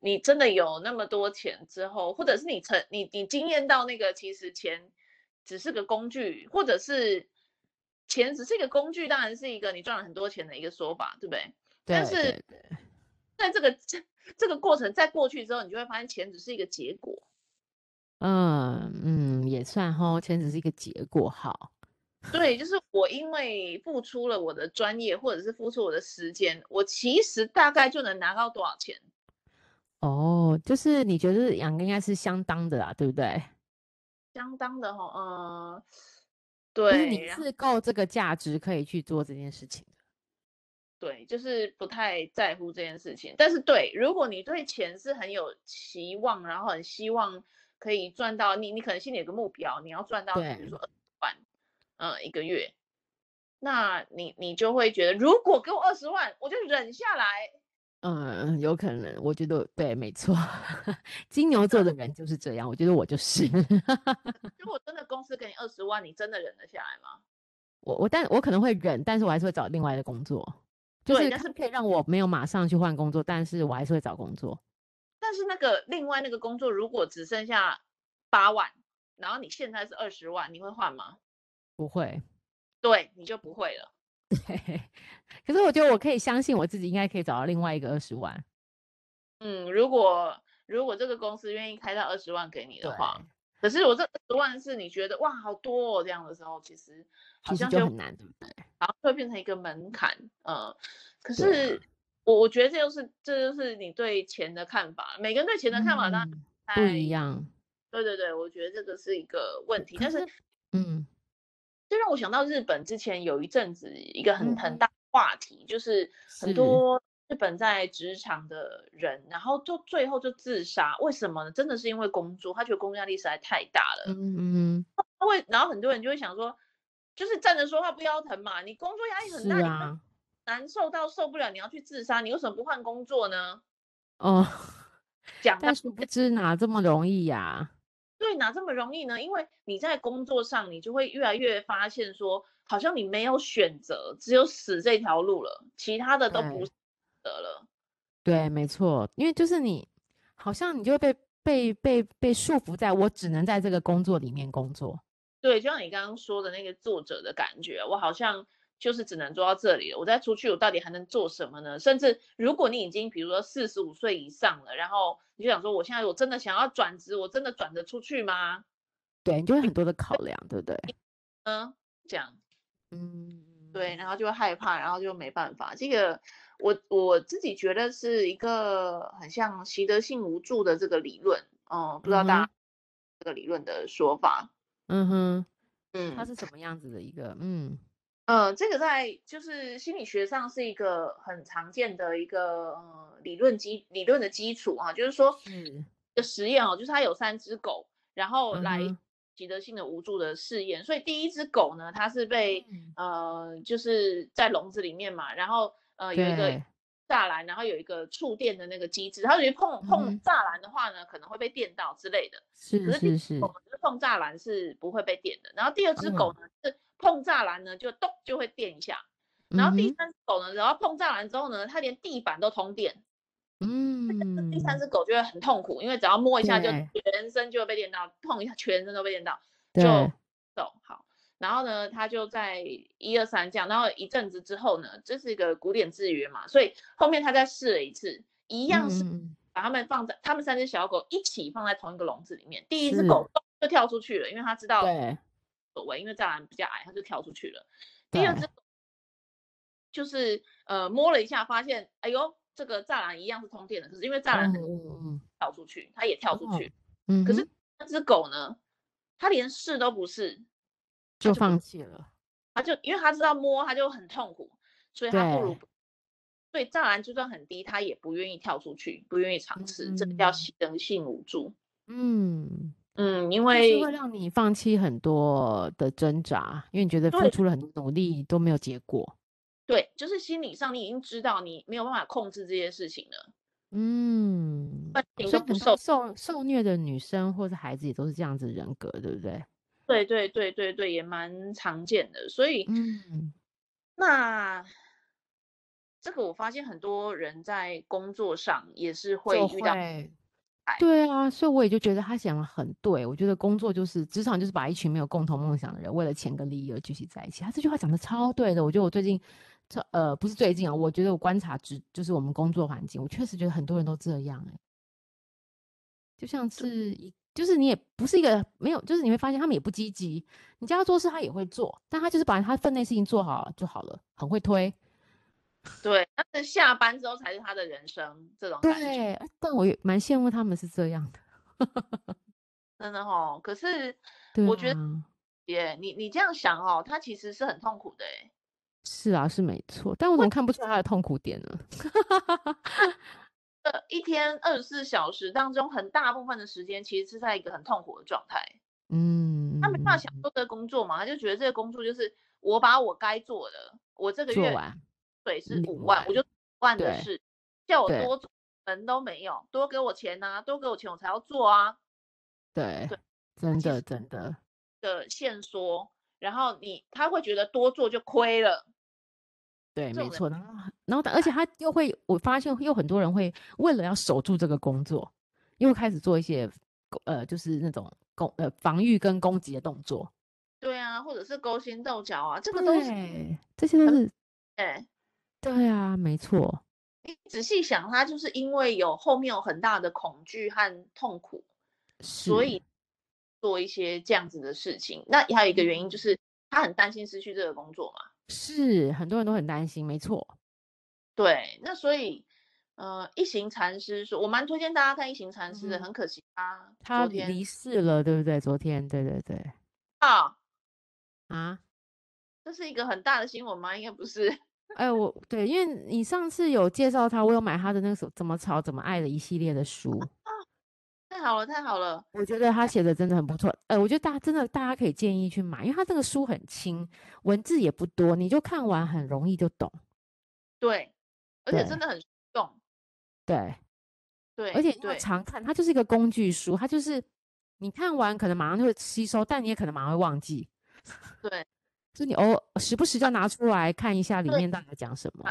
Speaker 2: 你真的有那么多钱之后，或者是你成你你经验到那个，其实钱只是个工具，或者是钱只是一个工具，当然是一个你赚了很多钱的一个说法，对不对？但
Speaker 1: 对
Speaker 2: 是
Speaker 1: 对对
Speaker 2: 在这个 这这个过程在过去之后，你就会发现钱只是一个结果。
Speaker 1: 嗯嗯，也算吼，钱只是一个结果，好。
Speaker 2: 对，就是我因为付出了我的专业，或者是付出我的时间，我其实大概就能拿到多少钱。
Speaker 1: 哦，就是你觉得两个应该是相当的啦，对不对？
Speaker 2: 相当的哈、哦，呃，
Speaker 1: 就是
Speaker 2: 对，
Speaker 1: 你
Speaker 2: 然后
Speaker 1: 是够这个价值可以去做这件事情的。
Speaker 2: 对，就是不太在乎这件事情。但是对，如果你对钱是很有期望，然后很希望可以赚到，你你可能心里有个目标，你要赚到，比
Speaker 1: 对
Speaker 2: 如说二万，呃，一个月，那你你就会觉得，如果给我二十万，我就忍下来。
Speaker 1: 嗯，有可能，我觉得对，没错。 金牛座的人就是这样，我觉得我就是。
Speaker 2: 如果真的公司给你二十万，你真的忍得下来吗？
Speaker 1: 我我但我可能会忍，但是我还是会找另外的工作，就
Speaker 2: 对
Speaker 1: 是
Speaker 2: 但
Speaker 1: 它
Speaker 2: 是
Speaker 1: 可以让我没有马上去换工作，但是我还是会找工作。
Speaker 2: 但是那个另外那个工作，如果只剩下八万，然后你现在是二十万，你会换吗？
Speaker 1: 不会，
Speaker 2: 对，你就不会了。
Speaker 1: 对。可是我觉得我可以相信我自己，应该可以找到另外一个二十万。
Speaker 2: 嗯，如果如果这个公司愿意开到二十万给你的话，可是我这二十万是你觉得哇好多哦这样的时候，其实好
Speaker 1: 其实
Speaker 2: 像
Speaker 1: 就
Speaker 2: 就
Speaker 1: 很难，对不对？
Speaker 2: 好像会变成一个门槛，嗯，可
Speaker 1: 对啊
Speaker 2: 是我我觉得这就是这就是你对钱的看法，每个人对钱的看法当然
Speaker 1: 嗯不一
Speaker 2: 在，
Speaker 1: 样。
Speaker 2: 对对对，我觉得这个是一个问题，
Speaker 1: 可
Speaker 2: 但是
Speaker 1: 是嗯，
Speaker 2: 这让我想到日本之前有一阵子一个很
Speaker 1: 嗯
Speaker 2: 很大的话题，就是
Speaker 1: 是
Speaker 2: 很多日本在职场的人，然后就最后就自杀，为什么呢？真的是因为工作，他觉得工作压力实在太大了。
Speaker 1: 嗯嗯，
Speaker 2: 他会，然后很多人就会想说，就是站着说话不腰疼嘛，你工作压力很
Speaker 1: 是
Speaker 2: 大，
Speaker 1: 啊，
Speaker 2: 你难受到受不了，你要去自杀，你为什么不换工作呢？
Speaker 1: 哦，
Speaker 2: 讲到
Speaker 1: 但殊不知哪这么容易呀、
Speaker 2: 对，哪这么容易呢？因为你在工作上，你就会越来越发现说，好像你没有选择，只有死这条路了，其他的都
Speaker 1: 对
Speaker 2: 不是的了。
Speaker 1: 对，没错，因为就是你，好像你就会被被被被束缚在，我只能在这个工作里面工作。
Speaker 2: 对，就像你刚刚说的那个作者的感觉，我好像就是只能做到这里了。我再出去，我到底还能做什么呢？甚至如果你已经比如说四十五岁以上了，然后你就想说，我现在我真的想要转职，我真的转得出去吗？
Speaker 1: 对，你就会很多的考量，对不对？
Speaker 2: 嗯，这样。
Speaker 1: 嗯，
Speaker 2: 对，然后就会害怕，然后就没办法。这个我我自己觉得是一个很像习得性无助的这个理论，嗯，不知道大
Speaker 1: 嗯哼
Speaker 2: 家这个理论的说法，
Speaker 1: 嗯哼，它
Speaker 2: 嗯
Speaker 1: 是什么样子的一个？嗯，
Speaker 2: 呃，这个在就是心理学上是一个很常见的一个呃理论基理论的基础啊，就是说
Speaker 1: 是，
Speaker 2: 的实验哦，就是它有三只狗，然后来
Speaker 1: 嗯哼
Speaker 2: 习得性的无助的试验，所以第一只狗呢，它是被
Speaker 1: 嗯
Speaker 2: 呃就是在笼子里面嘛，然后呃有一个
Speaker 1: 对，
Speaker 2: 栅栏，然后有一个触电的那个机制，它如果碰
Speaker 1: 嗯
Speaker 2: 碰栅栏的话呢，可能会被电到之类的。
Speaker 1: 是
Speaker 2: 可是第
Speaker 1: 是
Speaker 2: 一
Speaker 1: 是
Speaker 2: 只，狗呢碰栅栏是不会被电的，然后第二只
Speaker 1: 嗯
Speaker 2: 狗呢、是碰栅栏呢就咚就会电一下，然
Speaker 1: 嗯
Speaker 2: 后第三只狗呢，然后碰栅栏之后呢，它连地板都通电，
Speaker 1: 嗯
Speaker 2: 这
Speaker 1: 哼，
Speaker 2: 第三只狗就会很痛苦，因为只要摸一下就
Speaker 1: 对
Speaker 2: 全身就会被电到，碰一下全身都被电到，
Speaker 1: 对
Speaker 2: 就走好。然后呢，它就在一二三这样，然后一阵子之后呢，这是一个古典制约嘛，所以后面他再试了一次，一样是
Speaker 1: 嗯嗯嗯
Speaker 2: 把它们放在，它们三只小狗一起放在同一个笼子里面，第一只
Speaker 1: 是
Speaker 2: 狗咚就跳出去了，因为它知道
Speaker 1: 对
Speaker 2: 所谓，因为栅栏比较矮，它就跳出去了。第二
Speaker 1: 对
Speaker 2: 只狗就是呃摸了一下，发现哎呦，这个栅栏一样是通电的，可是因为栅栏
Speaker 1: 嗯
Speaker 2: 很
Speaker 1: 嗯
Speaker 2: 跳出去，它也跳出
Speaker 1: 哦
Speaker 2: 去。
Speaker 1: 嗯，
Speaker 2: 可是
Speaker 1: 嗯哼
Speaker 2: 那只狗呢，它连试都不试，
Speaker 1: 就
Speaker 2: 就不
Speaker 1: 放弃了，
Speaker 2: 它就因为它知道摸它就很痛苦，所以它不如
Speaker 1: 对
Speaker 2: 不。所以栅栏就算很低，它也不愿意跳出去，不愿意尝试，这个叫
Speaker 1: 嗯
Speaker 2: 人性无助。
Speaker 1: 嗯，
Speaker 2: 嗯，
Speaker 1: 就
Speaker 2: 因
Speaker 1: 是
Speaker 2: 为
Speaker 1: 会让你放弃很多的挣扎，因为你觉得付
Speaker 2: 对
Speaker 1: 出了很多努力都没有结果，
Speaker 2: 对，就是心理上你已经知道你没有办法控制这些事情了，
Speaker 1: 嗯，
Speaker 2: 不然你
Speaker 1: 所
Speaker 2: 都
Speaker 1: 以
Speaker 2: 不
Speaker 1: 很多
Speaker 2: 受
Speaker 1: 受受虐的女生或者孩子也都是这样子人格，对不对？
Speaker 2: 对对对对对，也蛮常见的。所以
Speaker 1: 嗯，
Speaker 2: 那这个我发现很多人在工作上也是会
Speaker 1: 就
Speaker 2: 遇到，
Speaker 1: 会
Speaker 2: 哎
Speaker 1: 对啊，所以我也就觉得他讲的很对。我觉得工作就是职场，就是把一群没有共同梦想的人，为了钱跟利益而聚集在一起。他这句话讲的超对的。我觉得我最近，这呃不是最近啊，我觉得我观察职就是我们工作环境，我确实觉得很多人都这样哎、就像是一就是你也不是一个没有，就是你会发现他们也不积极。你叫他做事，他也会做，但他就是把他分内事情做好就好了，很会推。
Speaker 2: 对，但是下班之后才是他的人生这种感觉，
Speaker 1: 对，但我也蛮羡慕他们是这样的。
Speaker 2: 真的哦。可是
Speaker 1: 对
Speaker 2: 我觉得
Speaker 1: 啊
Speaker 2: 也你你这样想哦，他其实是很痛苦的欸诶，
Speaker 1: 是啊，是没错，但我怎么看不出来他的痛苦点呢？
Speaker 2: 呃，一天二十四小时当中，很大部分的时间其实是在一个很痛苦的状态。
Speaker 1: 嗯，
Speaker 2: 他没办法享
Speaker 1: 嗯
Speaker 2: 受这个工作嘛，他就觉得这个工作就是我把我该做的，我这个
Speaker 1: 做
Speaker 2: 月
Speaker 1: 完
Speaker 2: 水是
Speaker 1: 另
Speaker 2: 五万，我
Speaker 1: 外
Speaker 2: 就五万的
Speaker 1: 对
Speaker 2: 事，叫我
Speaker 1: 对
Speaker 2: 多做门都没有，多给我钱呐、多给我钱我才要做啊
Speaker 1: 对
Speaker 2: 对，
Speaker 1: 真
Speaker 2: 其
Speaker 1: 的
Speaker 2: 实
Speaker 1: 真的，
Speaker 2: 的限缩，然后你他会觉得多做就亏了，
Speaker 1: 对，
Speaker 2: 这
Speaker 1: 没
Speaker 2: 种人
Speaker 1: 错。然后然后他，而且他又会，我发现有很多人会为了要守住这个工作，又开始做一些攻呃，就是那种攻呃防御跟攻击的动作。
Speaker 2: 对啊，或者是勾心斗角啊，这个都是
Speaker 1: 对，这些都是
Speaker 2: 哎，
Speaker 1: 对啊，没错，
Speaker 2: 你仔细想，他就是因为有后面有很大的恐惧和痛苦，所
Speaker 1: 是
Speaker 2: 以做一些这样子的事情。那还有一个原
Speaker 1: 嗯
Speaker 2: 因就是他很担心失去这个工作嘛。
Speaker 1: 是很多人都很担心，没错，
Speaker 2: 对，那所以，呃，一行禅师说，我蛮推荐大家看一行禅师的，
Speaker 1: 嗯
Speaker 2: 很可惜他
Speaker 1: 他
Speaker 2: 昨天
Speaker 1: 离世了，对不对？昨天，对对对，
Speaker 2: 啊，
Speaker 1: 啊。
Speaker 2: 这是一个很大的新闻吗？应该不是。
Speaker 1: 哎，我对，因为你上次有介绍他，我有买他的那个什么怎么吵怎么爱的一系列的书，
Speaker 2: 哦太好了，太好了，
Speaker 1: 我觉得他写的真的很不错。呃，我觉得大真的大家可以建议去买，因为他这个书很轻，文字也不多，你就看完很容易就懂。
Speaker 2: 对，而且
Speaker 1: 对
Speaker 2: 真的很实用，
Speaker 1: 对，
Speaker 2: 对，
Speaker 1: 而且你会
Speaker 2: 对，
Speaker 1: 常看，它就是一个工具书，它就是你看完可能马上就会吸收，但你也可能马上会忘记。
Speaker 2: 对，
Speaker 1: 就你偶尔时不时就要拿出来看一下里
Speaker 2: 对
Speaker 1: 面到底在讲什么。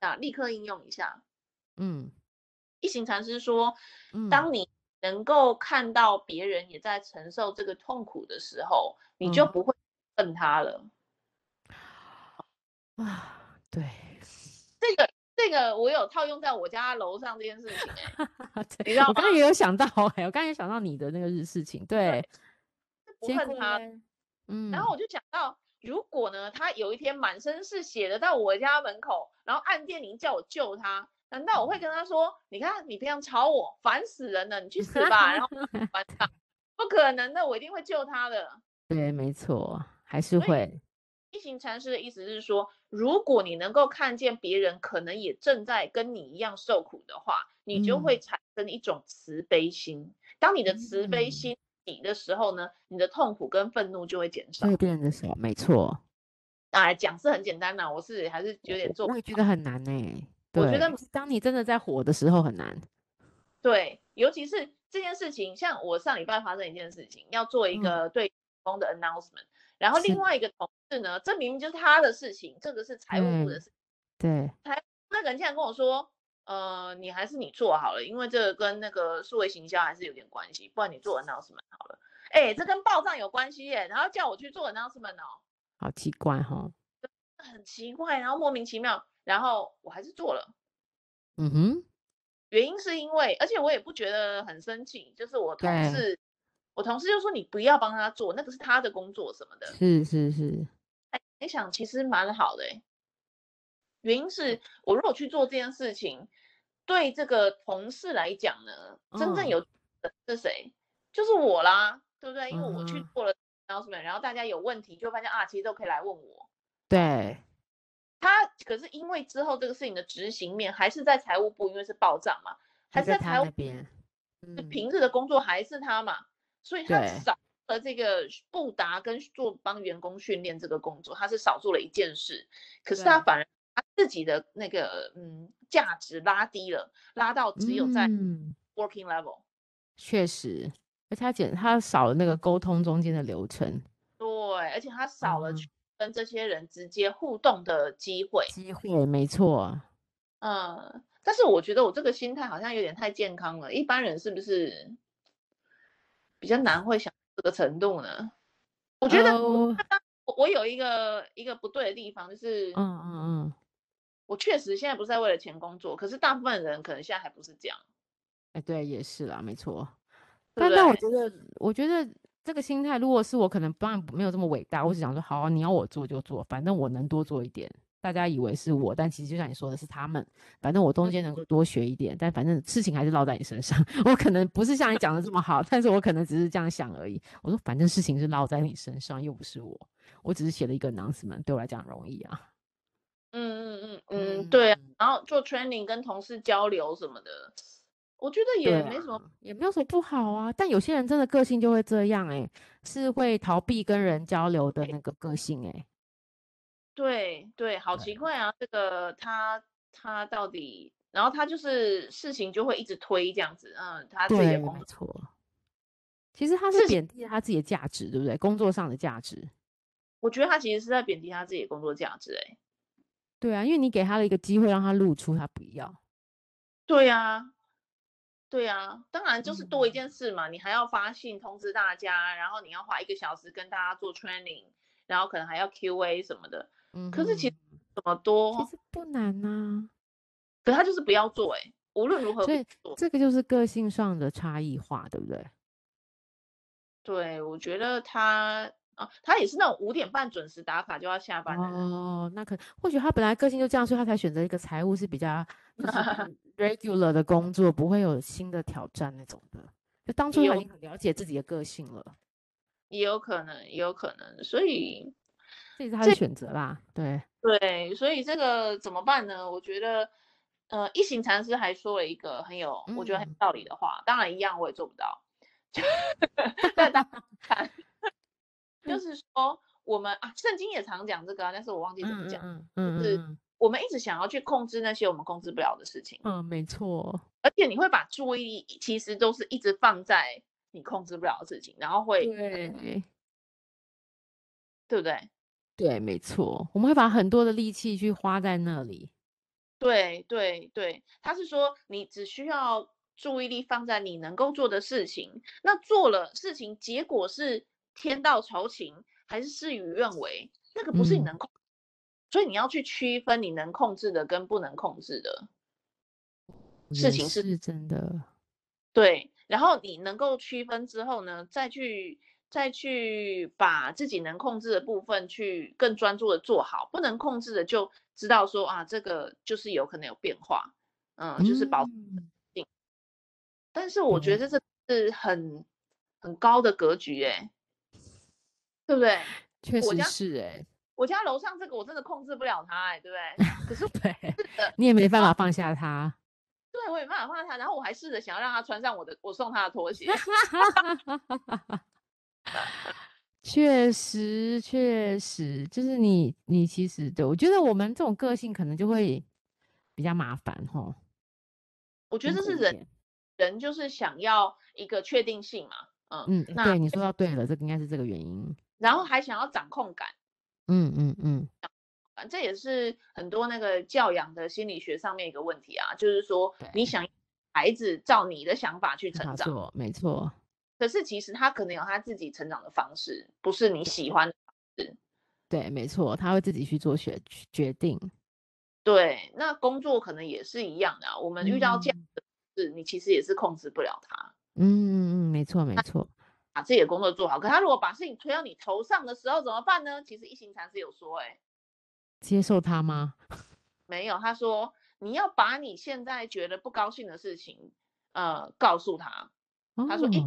Speaker 2: 啊，立刻应用一下。
Speaker 1: 嗯
Speaker 2: 一行禅师说，
Speaker 1: 嗯，
Speaker 2: 当你能够看到别人也在承受这个痛苦的时候，你就
Speaker 1: 嗯
Speaker 2: 不会恨他了。
Speaker 1: 啊，对，
Speaker 2: 这个这个我有套用在我家楼上这件事情、欸，
Speaker 1: 对
Speaker 2: 知道
Speaker 1: 我刚刚也有想到、哎，我刚刚也想到你的那个日事情，对，
Speaker 2: 不
Speaker 1: 结
Speaker 2: 恨
Speaker 1: 果
Speaker 2: 他
Speaker 1: 嘞，嗯，
Speaker 2: 然后我就想到，如果呢，他有一天满身是血的到我家门口，然后按电铃叫我救他，难
Speaker 1: 嗯
Speaker 2: 道我会跟他说：“你看你平常吵我，烦死人了，你去死吧！”然后 烦他，不可能的，我一定会救他的。
Speaker 1: 对，没错，还是
Speaker 2: 所以
Speaker 1: 会，
Speaker 2: 一行禅师的意思是说，如果你能够看见别人可能也正在跟你一样受苦的话，你就
Speaker 1: 嗯
Speaker 2: 会产生一种慈悲心。当你的慈悲
Speaker 1: 嗯
Speaker 2: 心底的时候呢，你的痛苦跟愤怒就会减少
Speaker 1: 会。变得少，没错，
Speaker 2: 哎，讲是很简单啦、我是还是有点做
Speaker 1: 我
Speaker 2: 不
Speaker 1: 也觉
Speaker 2: 到
Speaker 1: 得很难呢、欸
Speaker 2: 我觉
Speaker 1: 对
Speaker 2: 得
Speaker 1: 当你真的在火的时候很难。
Speaker 2: 对，尤其是这件事情，像我上礼拜发生一件事情，要做一
Speaker 1: 嗯
Speaker 2: 个对员工的 announcement，、然后
Speaker 1: 是
Speaker 2: 另外一个同事呢，这明明就是他的事情，这个是财务部的
Speaker 1: 对
Speaker 2: 事，
Speaker 1: 对，
Speaker 2: 那个人竟然跟我说，呃，你还是你做好了，因为这个跟那个数位行销还是有点关系，不然你做 announcement 好了。哎，这跟报账有关系耶，然后叫我去做 announcement 哦，
Speaker 1: 好奇怪哈。
Speaker 2: 很奇怪，然后莫名其妙，然后我还是做了。
Speaker 1: 嗯哼，
Speaker 2: 原因是因为，而且我也不觉得很生气，就是我同
Speaker 1: 对
Speaker 2: 事，我同事就说你不要帮他做，那个是他的工作什么的。
Speaker 1: 是是是，
Speaker 2: 你想，其实蛮好的欸、原因
Speaker 1: 嗯
Speaker 2: 是我如果去做这件事情，对这个同事来讲呢，真正
Speaker 1: 嗯
Speaker 2: 有的是谁？就是我啦，对不对？因为我去
Speaker 1: 嗯哼
Speaker 2: 做了，然后什么，然后大家有问题就发现啊，其实都可以来问我。
Speaker 1: 对，
Speaker 2: 他可是因为之后这个事情的执行面还是在财务部，因为是报账嘛，还
Speaker 1: 就是在
Speaker 2: 财
Speaker 1: 他
Speaker 2: 务
Speaker 1: 那边。
Speaker 2: 就
Speaker 1: 嗯，
Speaker 2: 平日的工作还是他嘛，所以他
Speaker 1: 对
Speaker 2: 少了这个布达跟做帮员工训练这个工作，他是少做了一件事，可是他
Speaker 1: 对
Speaker 2: 反而他自己的那个嗯价值拉低了，拉到只有在
Speaker 1: 嗯
Speaker 2: working level。
Speaker 1: 确实，而且他减他少了那个沟通中间的流程
Speaker 2: 对，而且他少了
Speaker 1: 嗯
Speaker 2: 去跟这些人直接互动的机会。
Speaker 1: 机会，没错。
Speaker 2: 嗯，但是我觉得我这个心态好像有点太健康了，一般人是不是比较难会想到这个程度呢？我觉得
Speaker 1: 哦
Speaker 2: 我我有一个一个不对的地方，就是
Speaker 1: 嗯嗯嗯，
Speaker 2: 我确实现在不是在为了钱工作，可是大部分人可能现在还不是这样。
Speaker 1: 哎，对，也是啦，没错。
Speaker 2: 对
Speaker 1: 但
Speaker 2: 不
Speaker 1: 但我
Speaker 2: 对
Speaker 1: 觉得，我觉得这个心态，如果是我，可能当然没有这么伟大。我只想说，好啊、你要我做就做，反正我能多做一点。大家以为是我，但其实就像你说的是他们。反正我中间能够多学一点，但反正事情还是落在你身上。 我可能不是像你讲的这么好，但是我可能只是这样想而已。我说，反正事情是落在你身上，又不是我。我只是写了一个 announcement，对我来讲容易啊。
Speaker 2: 嗯嗯嗯嗯，对啊。
Speaker 1: 嗯
Speaker 2: 然后做 training 跟同事交流什么的，我觉得
Speaker 1: 对
Speaker 2: 也没什么
Speaker 1: 啊，也没有什么不好啊。但有些人真的个性就会这样、欸，是会逃避跟人交流的那个个性、欸，
Speaker 2: 对对，好
Speaker 1: 对
Speaker 2: 奇怪啊！这个他他到底，然后他就是事情就会一直推这样子，嗯，他自己
Speaker 1: 对，
Speaker 2: 的工
Speaker 1: 没
Speaker 2: 作，
Speaker 1: 错。其实他
Speaker 2: 事
Speaker 1: 是
Speaker 2: 情
Speaker 1: 贬低了他自己的价值，对不对？工作上的价值，
Speaker 2: 我觉得他其实是在贬低他自己的工作价值、欸，哎，
Speaker 1: 对啊，因为你给他了一个机会，让他露出他不要，
Speaker 2: 对呀，对呀，当然就是多一件
Speaker 1: 嗯
Speaker 2: 事嘛，你还要发信通知大家，然后你要花一个小时跟大家做 training，然后可能还要 QA 什么的，
Speaker 1: 嗯
Speaker 2: 可是其实
Speaker 1: 哼
Speaker 2: 怎么多，
Speaker 1: 其实不难呐、
Speaker 2: 可他就是不要做、欸，哎，无论如何不
Speaker 1: 所以
Speaker 2: 做。
Speaker 1: 这个就是个性上的差异化，对不对？
Speaker 2: 对，我觉得他啊，他也是那种五点半准时打卡就要下班的人。
Speaker 1: 哦，那可或许他本来个性就这样，所以他才选择一个财务是比较 就是 regular 的工作，不会有新的挑战那种的。就当初
Speaker 2: 也
Speaker 1: 他
Speaker 2: 有
Speaker 1: 已经很了解自己的个性了，
Speaker 2: 也有可能，也有可能，所以
Speaker 1: 这也是他的选择啦。对，
Speaker 2: 对，所以这个怎么办呢？我觉得，呃，一行禅师还说了一个很有，我觉得很有
Speaker 1: 嗯
Speaker 2: 道理的话，当然一样我也做不到，
Speaker 1: 嗯
Speaker 2: 就是说我们啊，圣经也常讲这个啊，但是我忘记怎么
Speaker 1: 嗯
Speaker 2: 讲，
Speaker 1: 嗯嗯
Speaker 2: 就是
Speaker 1: 嗯
Speaker 2: 我们一直想要去控制那些我们控制不了的事情，
Speaker 1: 嗯，没错，
Speaker 2: 而且你会把注意力其实都是一直放在你控制不了的事情，然后会
Speaker 1: 对
Speaker 2: 对不对？
Speaker 1: 对，没错，我们会把很多的力气去花在那里。
Speaker 2: 对对对，他是说你只需要注意力放在你能够做的事情，那做了事情结果是天道酬勤还是事与愿违，那个不是你
Speaker 1: 嗯
Speaker 2: 能控，所以你要去区分你能控制的跟不能控制的事
Speaker 1: 也
Speaker 2: 情是
Speaker 1: 是真的，
Speaker 2: 对，然后你能够区分之后呢，再去再去把自己能控制的部分去更专注的做好，不能控制的就知道说啊，这个就是有可能有变化，嗯，就是保
Speaker 1: 嗯
Speaker 2: 但是我觉得这是很很高的格局哎、对不 对？
Speaker 1: 确
Speaker 2: 我
Speaker 1: 实
Speaker 2: 家
Speaker 1: 是哎、
Speaker 2: 我家楼上这个我真的控制不了它哎、对不对？可是
Speaker 1: 对
Speaker 2: 的，
Speaker 1: 你也没办法放下他。，
Speaker 2: 对我也没办法放它，然后我还试着想要让它穿上我的我送它的拖鞋
Speaker 1: 确实，确实，就是你，你其实对我觉得我们这种个性可能就会比较麻烦吼。
Speaker 2: 我觉得这
Speaker 3: 辛
Speaker 2: 是
Speaker 3: 苦一
Speaker 2: 人
Speaker 3: 点
Speaker 2: 人就是想要一个确定性嘛，嗯，
Speaker 1: 嗯，
Speaker 2: 那
Speaker 1: 对，你说到对了，这个应该是这个原因。
Speaker 2: 然后还想要掌控感，
Speaker 1: 嗯嗯嗯，
Speaker 2: 啊这也是很多那个教养的心理学上面一个问题啊，就是说你
Speaker 1: 对
Speaker 2: 想孩子照你的想法去
Speaker 1: 没
Speaker 2: 成长，
Speaker 1: 错，没错，
Speaker 2: 可是其实他可能有他自己成长的方式，不是你喜欢的。
Speaker 1: 对，没错，他会自己去做决决定。
Speaker 2: 对，那工作可能也是一样的啊、我们遇到
Speaker 1: 嗯
Speaker 2: 这样的事，你其实也是控制不了他，
Speaker 1: 嗯嗯嗯，没错没错，
Speaker 2: 把自己的工作做好。可他如果把事情推到你头上的时候怎么办呢？其实一行禅师有说、欸，哎，
Speaker 1: 接受他吗？
Speaker 2: 没有，他说你要把你现在觉得不高兴的事情，呃，告诉他。
Speaker 1: 哦，
Speaker 2: 他说诶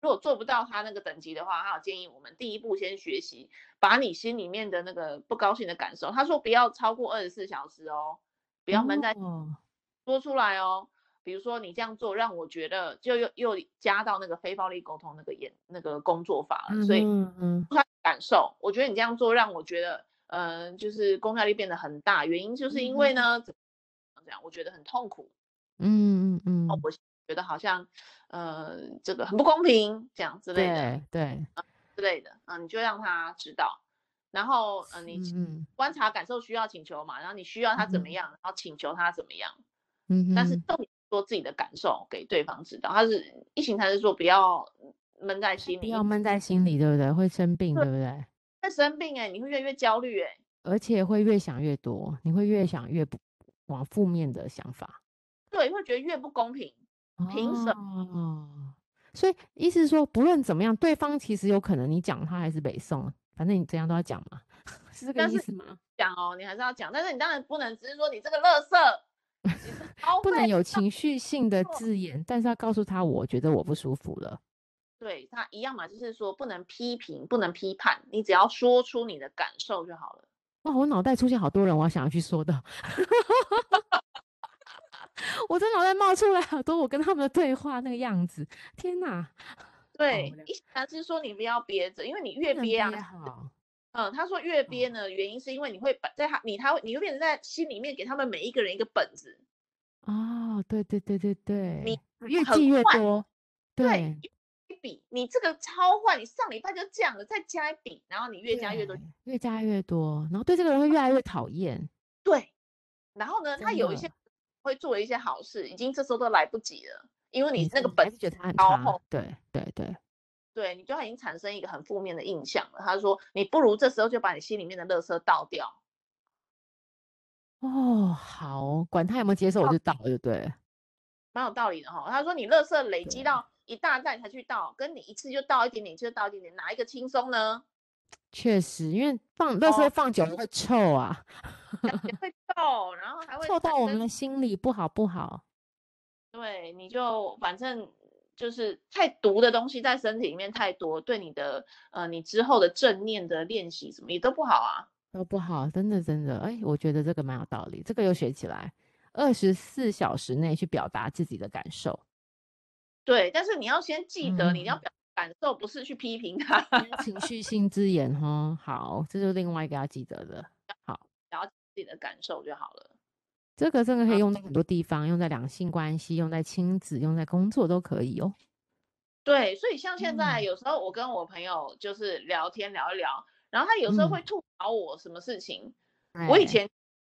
Speaker 2: 如果做不到他那个等级的话，他有建议我们第一步先学习，把你心里面的那个不高兴的感受，他说不要超过二十四小时哦，不
Speaker 1: 不
Speaker 2: 要闷在
Speaker 1: 哦，
Speaker 2: 说出来哦。比如说你这样做让我觉得，就又又加到那个非暴力沟通那个演那个工作法了，所以
Speaker 1: 嗯嗯
Speaker 2: 他感受，我觉得你这样做让我觉得，呃，就是功效力变得很大，原因就是因为呢，怎么讲，我觉得很痛苦，
Speaker 1: 嗯嗯嗯，
Speaker 2: 我觉得好像，呃，这个很不公平，这样之类的
Speaker 1: 对对，
Speaker 2: 之类的，嗯、你就让他知道，然后，呃，你
Speaker 1: 嗯
Speaker 2: 观察感受需要请求嘛，然后你需要他怎
Speaker 1: 嗯
Speaker 2: 么样，然后请求他怎么样，
Speaker 1: 嗯，
Speaker 2: 但是
Speaker 1: 嗯哼
Speaker 2: 重点是说自己的感受给对方知道，他是一行禅师说不要嗯闷在心
Speaker 1: 不
Speaker 2: 里，
Speaker 1: 要闷在心里，对不对？会生病，对
Speaker 2: 对
Speaker 1: 不对？
Speaker 2: 会生病哎、你会越来越焦虑哎、
Speaker 1: 而且会越想越多，你会越想越不往负面的想法。
Speaker 2: 对，会觉得越不公平。凭什
Speaker 1: 么？所以意思是说，不论怎么样，对方其实有可能你讲他还是北宋，啊反正你怎样都要讲嘛， 是这个
Speaker 2: 但
Speaker 1: 意
Speaker 2: 是
Speaker 1: 思吗？
Speaker 2: 讲哦，你还是要讲，但是你当然不能只是说你这个垃圾， 你这超
Speaker 1: 不能
Speaker 2: 费
Speaker 1: 有情绪性的
Speaker 2: 错
Speaker 1: 字眼，但是要告诉他，我觉得我不舒服了。
Speaker 2: 对他一样嘛，就是说不能批评，不能批判，你只要说出你的感受就好了。
Speaker 1: 哇，我脑袋出现好多人，我要想要去说的， 我真的脑袋冒出来好多我跟他们的对话那个样子，天哪，
Speaker 2: 对
Speaker 1: 我哦了，
Speaker 2: 一禅师说你不要憋着，因为你
Speaker 1: 不
Speaker 2: 越
Speaker 1: 能哦
Speaker 2: 憋啊，
Speaker 1: 好，
Speaker 2: 嗯，他说越憋呢，原因是因为你会把在他你他会你会变成在心里面给他们每一个人一个本子，
Speaker 1: 哦，对对对对对，越
Speaker 2: 很
Speaker 1: 记越
Speaker 2: 快
Speaker 1: 多，
Speaker 2: 对，一笔你这个超坏，你上礼拜就这样了，再加一笔，然后你越加越多，
Speaker 1: 对，越加越多，然后对这个人会越来越讨厌，
Speaker 2: 对，然后呢，他
Speaker 1: 真
Speaker 2: 有一些
Speaker 1: 的
Speaker 2: 会做了一些好事，已经这时候都来不及了，因为你那
Speaker 1: 真
Speaker 2: 个
Speaker 1: 的
Speaker 2: 本
Speaker 1: 还是觉得他很
Speaker 2: 超
Speaker 1: 差
Speaker 2: 厚，
Speaker 1: 对对对，
Speaker 2: 对你对他已经产生一个很负面的印象了。他说，你不如这时候就把你心里面的垃圾倒掉。
Speaker 1: 哦，好，管他有没有接受，我就倒了，就对了，
Speaker 2: 蛮有道理的哈、他说你垃圾累积
Speaker 1: 对
Speaker 2: 到一大袋才去倒，跟你一次就倒一点点，一次就倒一点点，哪一个轻松呢？
Speaker 1: 确实，因为放垃圾
Speaker 2: 哦
Speaker 1: 放久了会臭啊，
Speaker 2: 也 会臭，然后还会
Speaker 1: 臭到
Speaker 2: 产
Speaker 1: 我们
Speaker 2: 生
Speaker 1: 的心里，不好不好。
Speaker 2: 对，你就反正就是太毒的东西在身体里面太多，对你的呃你之后的正念的练习什么也都不好啊。
Speaker 1: 都不好，真的真的，哎，我觉得这个蛮有道理，这个又学起来。二十四小时内去表达自己的感受，
Speaker 2: 对，但是你要先记得，你要
Speaker 1: 嗯
Speaker 2: 表感受，不是去批评他。
Speaker 1: 情绪性之言哦，好，这就是另外一个要记得的。
Speaker 2: 了解自己的感受就好了。
Speaker 1: 这个真的可以
Speaker 2: 好
Speaker 1: 用在很多地方，用在两性关系，用在亲子，用在工作都可以哦。
Speaker 2: 对，所以像现在
Speaker 1: 嗯
Speaker 2: 有时候我跟我朋友就是聊天聊一聊，然后他有时候会
Speaker 1: 嗯
Speaker 2: 吐槽我什么事情，我以
Speaker 1: 哎
Speaker 2: 前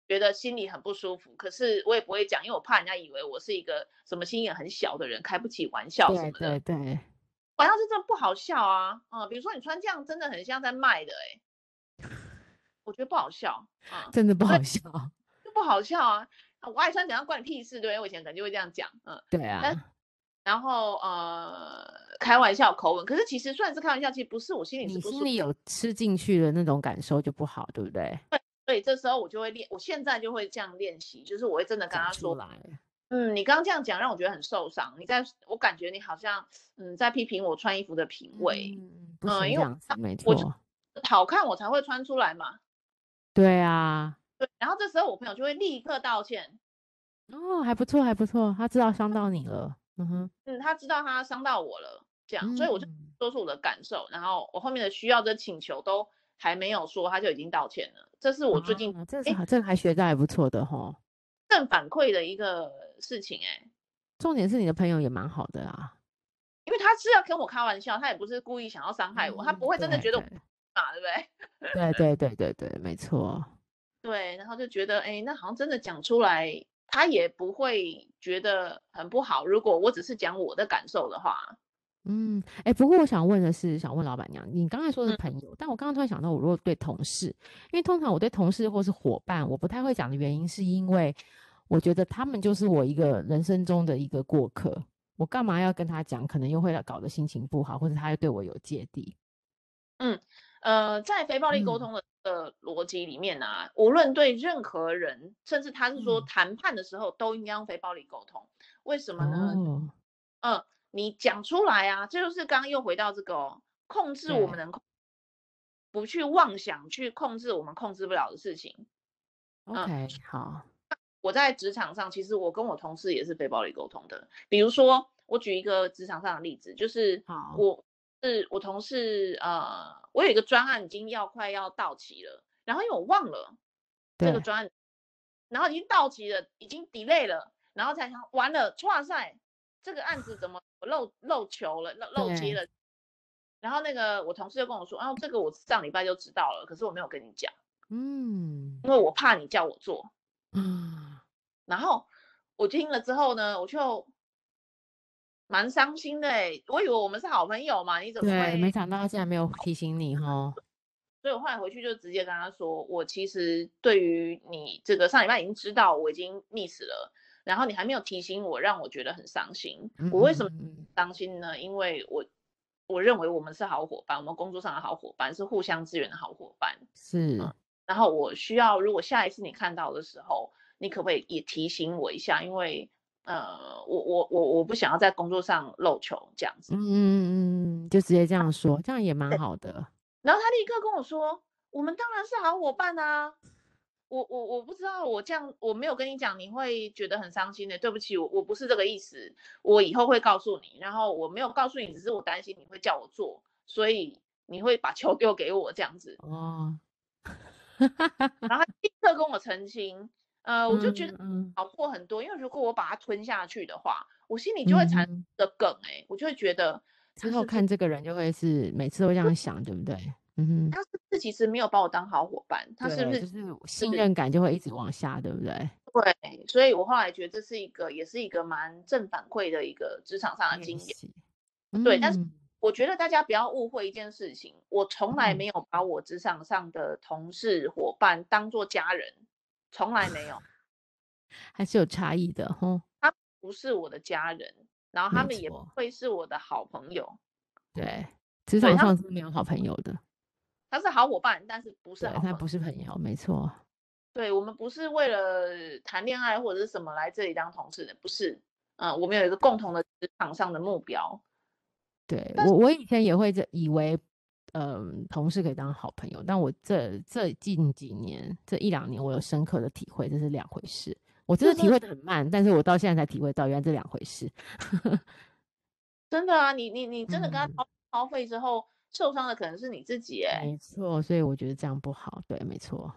Speaker 2: 觉得心里很不舒服，可是我也不会讲，因为我怕人家以为我是一个什么心眼很小的人，开不起玩笑什
Speaker 1: 对
Speaker 2: 么
Speaker 1: 对
Speaker 2: 的。
Speaker 1: 对，
Speaker 2: 玩笑是真的不好笑啊，啊、比如说你穿这样真的很像在卖的哎、我觉得不好笑啊，
Speaker 1: 真的不
Speaker 2: 对
Speaker 1: 好笑。
Speaker 2: 就不好笑啊。啊我爱穿怎样关你屁事，对不对？我以前可能就会这样讲，嗯，
Speaker 1: 对啊，
Speaker 2: 然后呃，开玩笑口吻，可是其实虽然是开玩笑，其实不是我心里是
Speaker 1: 你
Speaker 2: 不舒
Speaker 1: 心
Speaker 2: 服
Speaker 1: 里有吃进去的那种感受就不好，对不对？
Speaker 2: 所以这时候我就会练，我现在就会这样练习，就是我会真的跟
Speaker 1: 讲
Speaker 2: 他
Speaker 1: 出
Speaker 2: 说，
Speaker 1: 来，
Speaker 2: 嗯，你刚刚这样讲让我觉得很受伤，你在我感觉你好像嗯在批评我穿衣服的品味，
Speaker 1: 嗯，不
Speaker 2: 嗯
Speaker 1: 行这
Speaker 2: 因为我
Speaker 1: 样子，没
Speaker 2: 我就
Speaker 1: 错。
Speaker 2: 好看我才会穿出来嘛。
Speaker 1: 对啊，
Speaker 2: 对，然后这时候我朋友就会立刻道歉，
Speaker 1: 哦，还不错，还不错，他知道伤到你了。嗯哼，
Speaker 2: 嗯，他知道他伤到我了，这样，啊所以我就
Speaker 1: 嗯
Speaker 2: 说出我的感受，然后我后面的需要跟请求都还没有说，他就已经道歉了，这是我最近
Speaker 1: 啊这是
Speaker 2: 诶
Speaker 1: 还这个还学的还不错的吼。
Speaker 2: 正反馈的一个事情哎、
Speaker 1: 重点是你的朋友也蛮好的啊，
Speaker 2: 因为他是要跟我开玩笑，他也不是故意想要伤害我，他
Speaker 1: 嗯
Speaker 2: 不会真的
Speaker 1: 对
Speaker 2: 觉得我
Speaker 1: 对
Speaker 2: 嘛，对不对？
Speaker 1: 对对对对对，没错，
Speaker 2: 对，然后就觉得，哎，那好像真的讲出来，他也不会觉得很不好。如果我只是讲我的感受的话，
Speaker 1: 嗯，哎，不过我想问的是，想问老板娘，你刚才说的是
Speaker 2: 嗯
Speaker 1: 朋友，但我刚刚突然想到，我如果对同事，因为通常我对同事或是伙伴，我不太会讲的原因，是因为我觉得他们就是我一个人生中的一个过客，我干嘛要跟他讲？可能又会搞得心情不好，或者他又对我有芥蒂。
Speaker 2: 呃，在非暴力沟
Speaker 1: 嗯
Speaker 2: 通的这个逻辑里面啊，无论对任何人，甚至他是说
Speaker 1: 嗯
Speaker 2: 谈判的时候，都应该用非暴力沟通。为什么呢？
Speaker 1: 哦，
Speaker 2: 嗯，你讲出来啊，这就是刚刚又回到这个哦，控制我
Speaker 1: 对
Speaker 2: 们能控，不去妄想去控制我们控制不了的事情。嗯
Speaker 1: OK，好，
Speaker 2: 我在职场上，其实我跟我同事也是非暴力沟通的。比如说，我举一个职场上的例子，就是
Speaker 1: 好
Speaker 2: 我是我同事，呃，我有一个专案已经要快要到期了，然后因为我忘了这个
Speaker 1: 对，
Speaker 2: 专案，然后已经到期了，已经 delay 了，然后才想完了，哇塞，这个案子怎么我漏漏球了，漏漏
Speaker 1: 对
Speaker 2: 接了。然后那个我同事就跟我说，啊，这个我上礼拜就知道了，可是我没有跟你讲，
Speaker 1: 嗯，
Speaker 2: 因为我怕你叫我做。
Speaker 1: 啊，
Speaker 2: 然后我听了之后呢，我就蛮伤心的欸我以为我们是好朋友嘛，你怎么
Speaker 1: 对，没
Speaker 2: 会？
Speaker 1: 想到他竟然没有提醒你哦。
Speaker 2: 所以我后来回去就直接跟他说，我其实对于你这个上礼拜已经知道我已经 miss 了，然后你还没有提醒我，让我觉得很伤心。我为什么
Speaker 1: 嗯？嗯嗯嗯
Speaker 2: 伤心呢？因为我我认为我们是好伙伴，我们工作上的好伙伴，是互相支援的好伙伴。
Speaker 1: 是，
Speaker 2: 然后我需要，如果下一次你看到的时候，你可不可以也提醒我一下？因为呃，我我我我不想要在工作上漏球这样子。
Speaker 1: 嗯嗯嗯嗯，就直接这样说，这样也蛮好的。
Speaker 2: 然后他立刻跟我说：“我们当然是好伙伴啊！我我我不知道，我这样我没有跟你讲，你会觉得很伤心的。对不起，我我不是这个意思，我以后会告诉你。然后我没有告诉你，只是我担心你会叫我做，所以你会把球丢给我这样子。”
Speaker 1: 哦，
Speaker 2: 然后他立刻跟我澄清，呃，我就觉得
Speaker 1: 嗯，
Speaker 2: 好过很多，因为如果我把它吞下去的话，我心里就会产生
Speaker 1: 嗯
Speaker 2: 的梗哎、我就会觉得他
Speaker 1: 之
Speaker 2: 是
Speaker 1: 后
Speaker 2: 不
Speaker 1: 看这个人就会是每次都这样想，对不对？嗯哼，
Speaker 2: 他是不是其实没有把我当好伙伴，他是不
Speaker 1: 对
Speaker 2: 是
Speaker 1: 就是信任感就会一直往下，对不对？
Speaker 2: 对？所以我后来觉得这是一个，也是一个蛮正反馈的一个职场上的啊经
Speaker 1: 练
Speaker 2: 验。
Speaker 1: 习，
Speaker 2: 对但是
Speaker 1: 嗯
Speaker 2: 我觉得大家不要误会一件事情，我从来
Speaker 1: 嗯
Speaker 2: 没有把我职场上的同事伙伴当做家人，从来 没有，
Speaker 1: 还是有差异的哦。
Speaker 2: 不是我的家人，然后他
Speaker 1: 没
Speaker 2: 们也不
Speaker 1: 错
Speaker 2: 会是我的好朋友。
Speaker 1: 对，职
Speaker 2: 对
Speaker 1: 场
Speaker 2: 他
Speaker 1: 上是没有好朋友的，
Speaker 2: 他是好伙伴，但是不是啊
Speaker 1: 对
Speaker 2: 好，朋
Speaker 1: 但
Speaker 2: 友。
Speaker 1: 不是朋友，没错。
Speaker 2: 对我们不是为了谈恋爱或者是什么来这里当同事的，不是。嗯、我们有一个共同的职场上的目标。
Speaker 1: 对
Speaker 2: 但
Speaker 1: 我，我以前也会这以为，嗯，同事可以当好朋友，但我这这近几年这一两年，我有深刻的体会，这是两回事。我真
Speaker 2: 就
Speaker 1: 的体
Speaker 2: 是
Speaker 1: 会的很慢，但是我到现在才体会到，原来这两回事。
Speaker 2: 真的啊，你你你真的跟他
Speaker 1: 嗯
Speaker 2: 掏掏费之后，受伤的可能是你自己哎、
Speaker 1: 没错，所以我觉得这样不好。对，没错，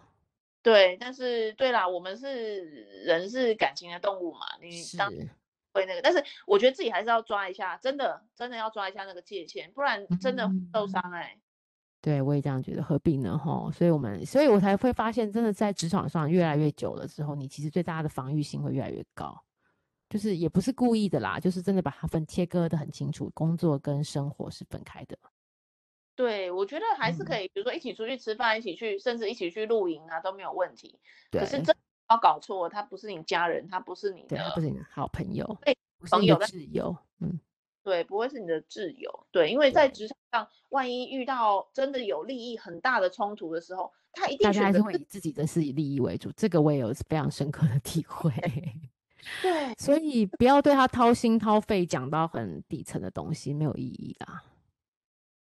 Speaker 2: 对，但是对啦，我们是人是感情的动物嘛，你
Speaker 1: 是
Speaker 2: 嗯当会那个，但是我觉得自己还是要抓一下，真的真的要抓一下那个界限，不然真的会受伤
Speaker 1: 嗯
Speaker 2: 哎、
Speaker 1: 对我也这样觉得，何必呢？吼，所以我们，所以我才会发现，真的在职场上越来越久了之后，你其实对大家的防御心会越来越高，就是也不是故意的啦，就是真的把它分切割的很清楚，工作跟生活是分开的。
Speaker 2: 对，我觉得还是可
Speaker 1: 嗯
Speaker 2: 以，比如说一起出去吃饭，一起去，甚至一起去露营啊，都没有问题。
Speaker 1: 对，
Speaker 2: 可是真要搞错，他不是你家人，他不是你
Speaker 1: 对，
Speaker 2: 的
Speaker 1: 他，不是你的好朋友，
Speaker 2: 对
Speaker 1: 不是
Speaker 2: 朋
Speaker 1: 你的
Speaker 2: 友但
Speaker 1: 挚友，嗯，
Speaker 2: 对，不会是你的挚友，对，因为在
Speaker 1: 对
Speaker 2: 职场上，万一遇到真的有利益很大的冲突的时候，他一
Speaker 1: 大
Speaker 2: 定
Speaker 1: 家还
Speaker 2: 选
Speaker 1: 是
Speaker 2: 择
Speaker 1: 会
Speaker 2: 自
Speaker 1: 以自己的自己利益为主，这个我也有非常深刻的体会。
Speaker 2: 对，
Speaker 1: 所以不要对他掏心掏肺讲到很底层的东西，没有意义啦。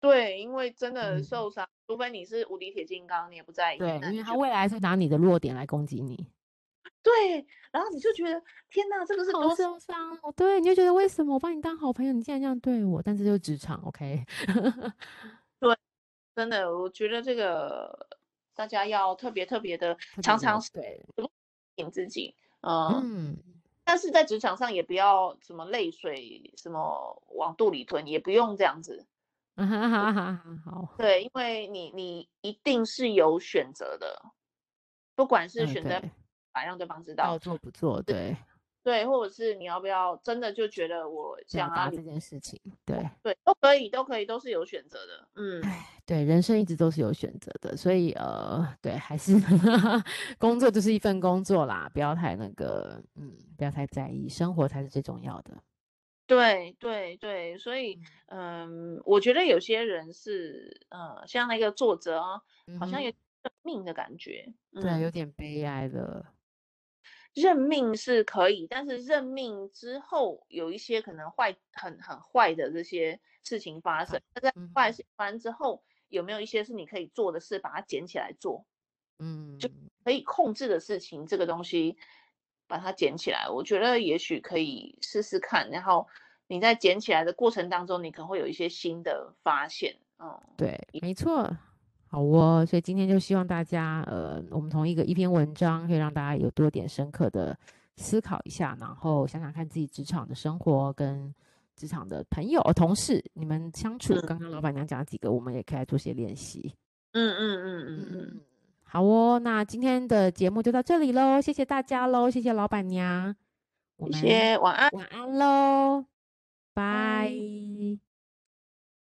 Speaker 2: 对，因为真的
Speaker 1: 嗯
Speaker 2: 受伤，除非你是无敌铁金刚，你也不在意，
Speaker 1: 对，
Speaker 2: 哎那
Speaker 1: 因
Speaker 2: 你
Speaker 1: 为他
Speaker 2: 就
Speaker 1: 未来是拿你的弱点来攻击你，
Speaker 2: 对，然后你就觉得天哪，这个是
Speaker 1: 好
Speaker 2: 多
Speaker 1: 受伤哦。对，你就觉得为什么我把你当好朋友，你竟然这样对我？但这就是职场，OK？
Speaker 2: 真的，我觉得这个大家要特别特别的，
Speaker 1: 特别
Speaker 2: 常
Speaker 1: 要
Speaker 2: 常
Speaker 1: 对
Speaker 2: 挺自己，嗯，
Speaker 1: 嗯，
Speaker 2: 但是在职场上也不要什么泪水什么往肚里吞，也不用这样子。
Speaker 1: 嗯哈哈哈哈，好，
Speaker 2: 对，因为你你一定是有选择的，不管是
Speaker 1: 嗯
Speaker 2: 选择
Speaker 1: 对
Speaker 2: 把让对方知
Speaker 1: 要
Speaker 2: 道，
Speaker 1: 做不做，对，
Speaker 2: 对，或者是你要不要真的就觉得我
Speaker 1: 表
Speaker 2: 想要
Speaker 1: 达
Speaker 2: 离
Speaker 1: 这件事情，对。
Speaker 2: 对，都可以，都可以，都是有选择的。嗯，
Speaker 1: 对，人生一直都是有选择的，所以呃，对，还是 工作就是一份工作啦，不要太那个，嗯，不要太在意，生活才是最重要的。
Speaker 2: 对对对，所以嗯，我觉得有些人是呃，像那个作者啊，好像
Speaker 1: 嗯
Speaker 2: 有认命的感觉。
Speaker 1: 哼对啊，
Speaker 2: 嗯
Speaker 1: 有点悲哀了。
Speaker 2: 认命是可以，但是认命之后有一些可能坏、很很坏的这些事情发生。那在
Speaker 1: 嗯
Speaker 2: 坏
Speaker 1: 哼
Speaker 2: 事发生之后，有没有一些是你可以做的事，把它捡起来做，
Speaker 1: 嗯，
Speaker 2: 可以控制的事情？这个东西把它捡起来，我觉得也许可以试试看。然后你在捡起来的过程当中，你可能会有一些新的发现。嗯，
Speaker 1: 对，没错。好哦，所以今天就希望大家，呃，我们同一个一篇文章，可以让大家有多点深刻的思考一下，然后想想看自己职场的生活跟职场的朋友、呃同事，你们相处。
Speaker 2: 嗯
Speaker 1: 刚刚老板娘讲了几个，我们也可以来做些练习。
Speaker 2: 嗯嗯嗯嗯嗯，
Speaker 1: 嗯，好哦，那今天的节目就到这里喽，谢谢大家喽，谢谢老板娘，我
Speaker 2: 谢
Speaker 1: 们
Speaker 2: 谢，晚安。
Speaker 1: 晚安喽，拜
Speaker 2: 拜。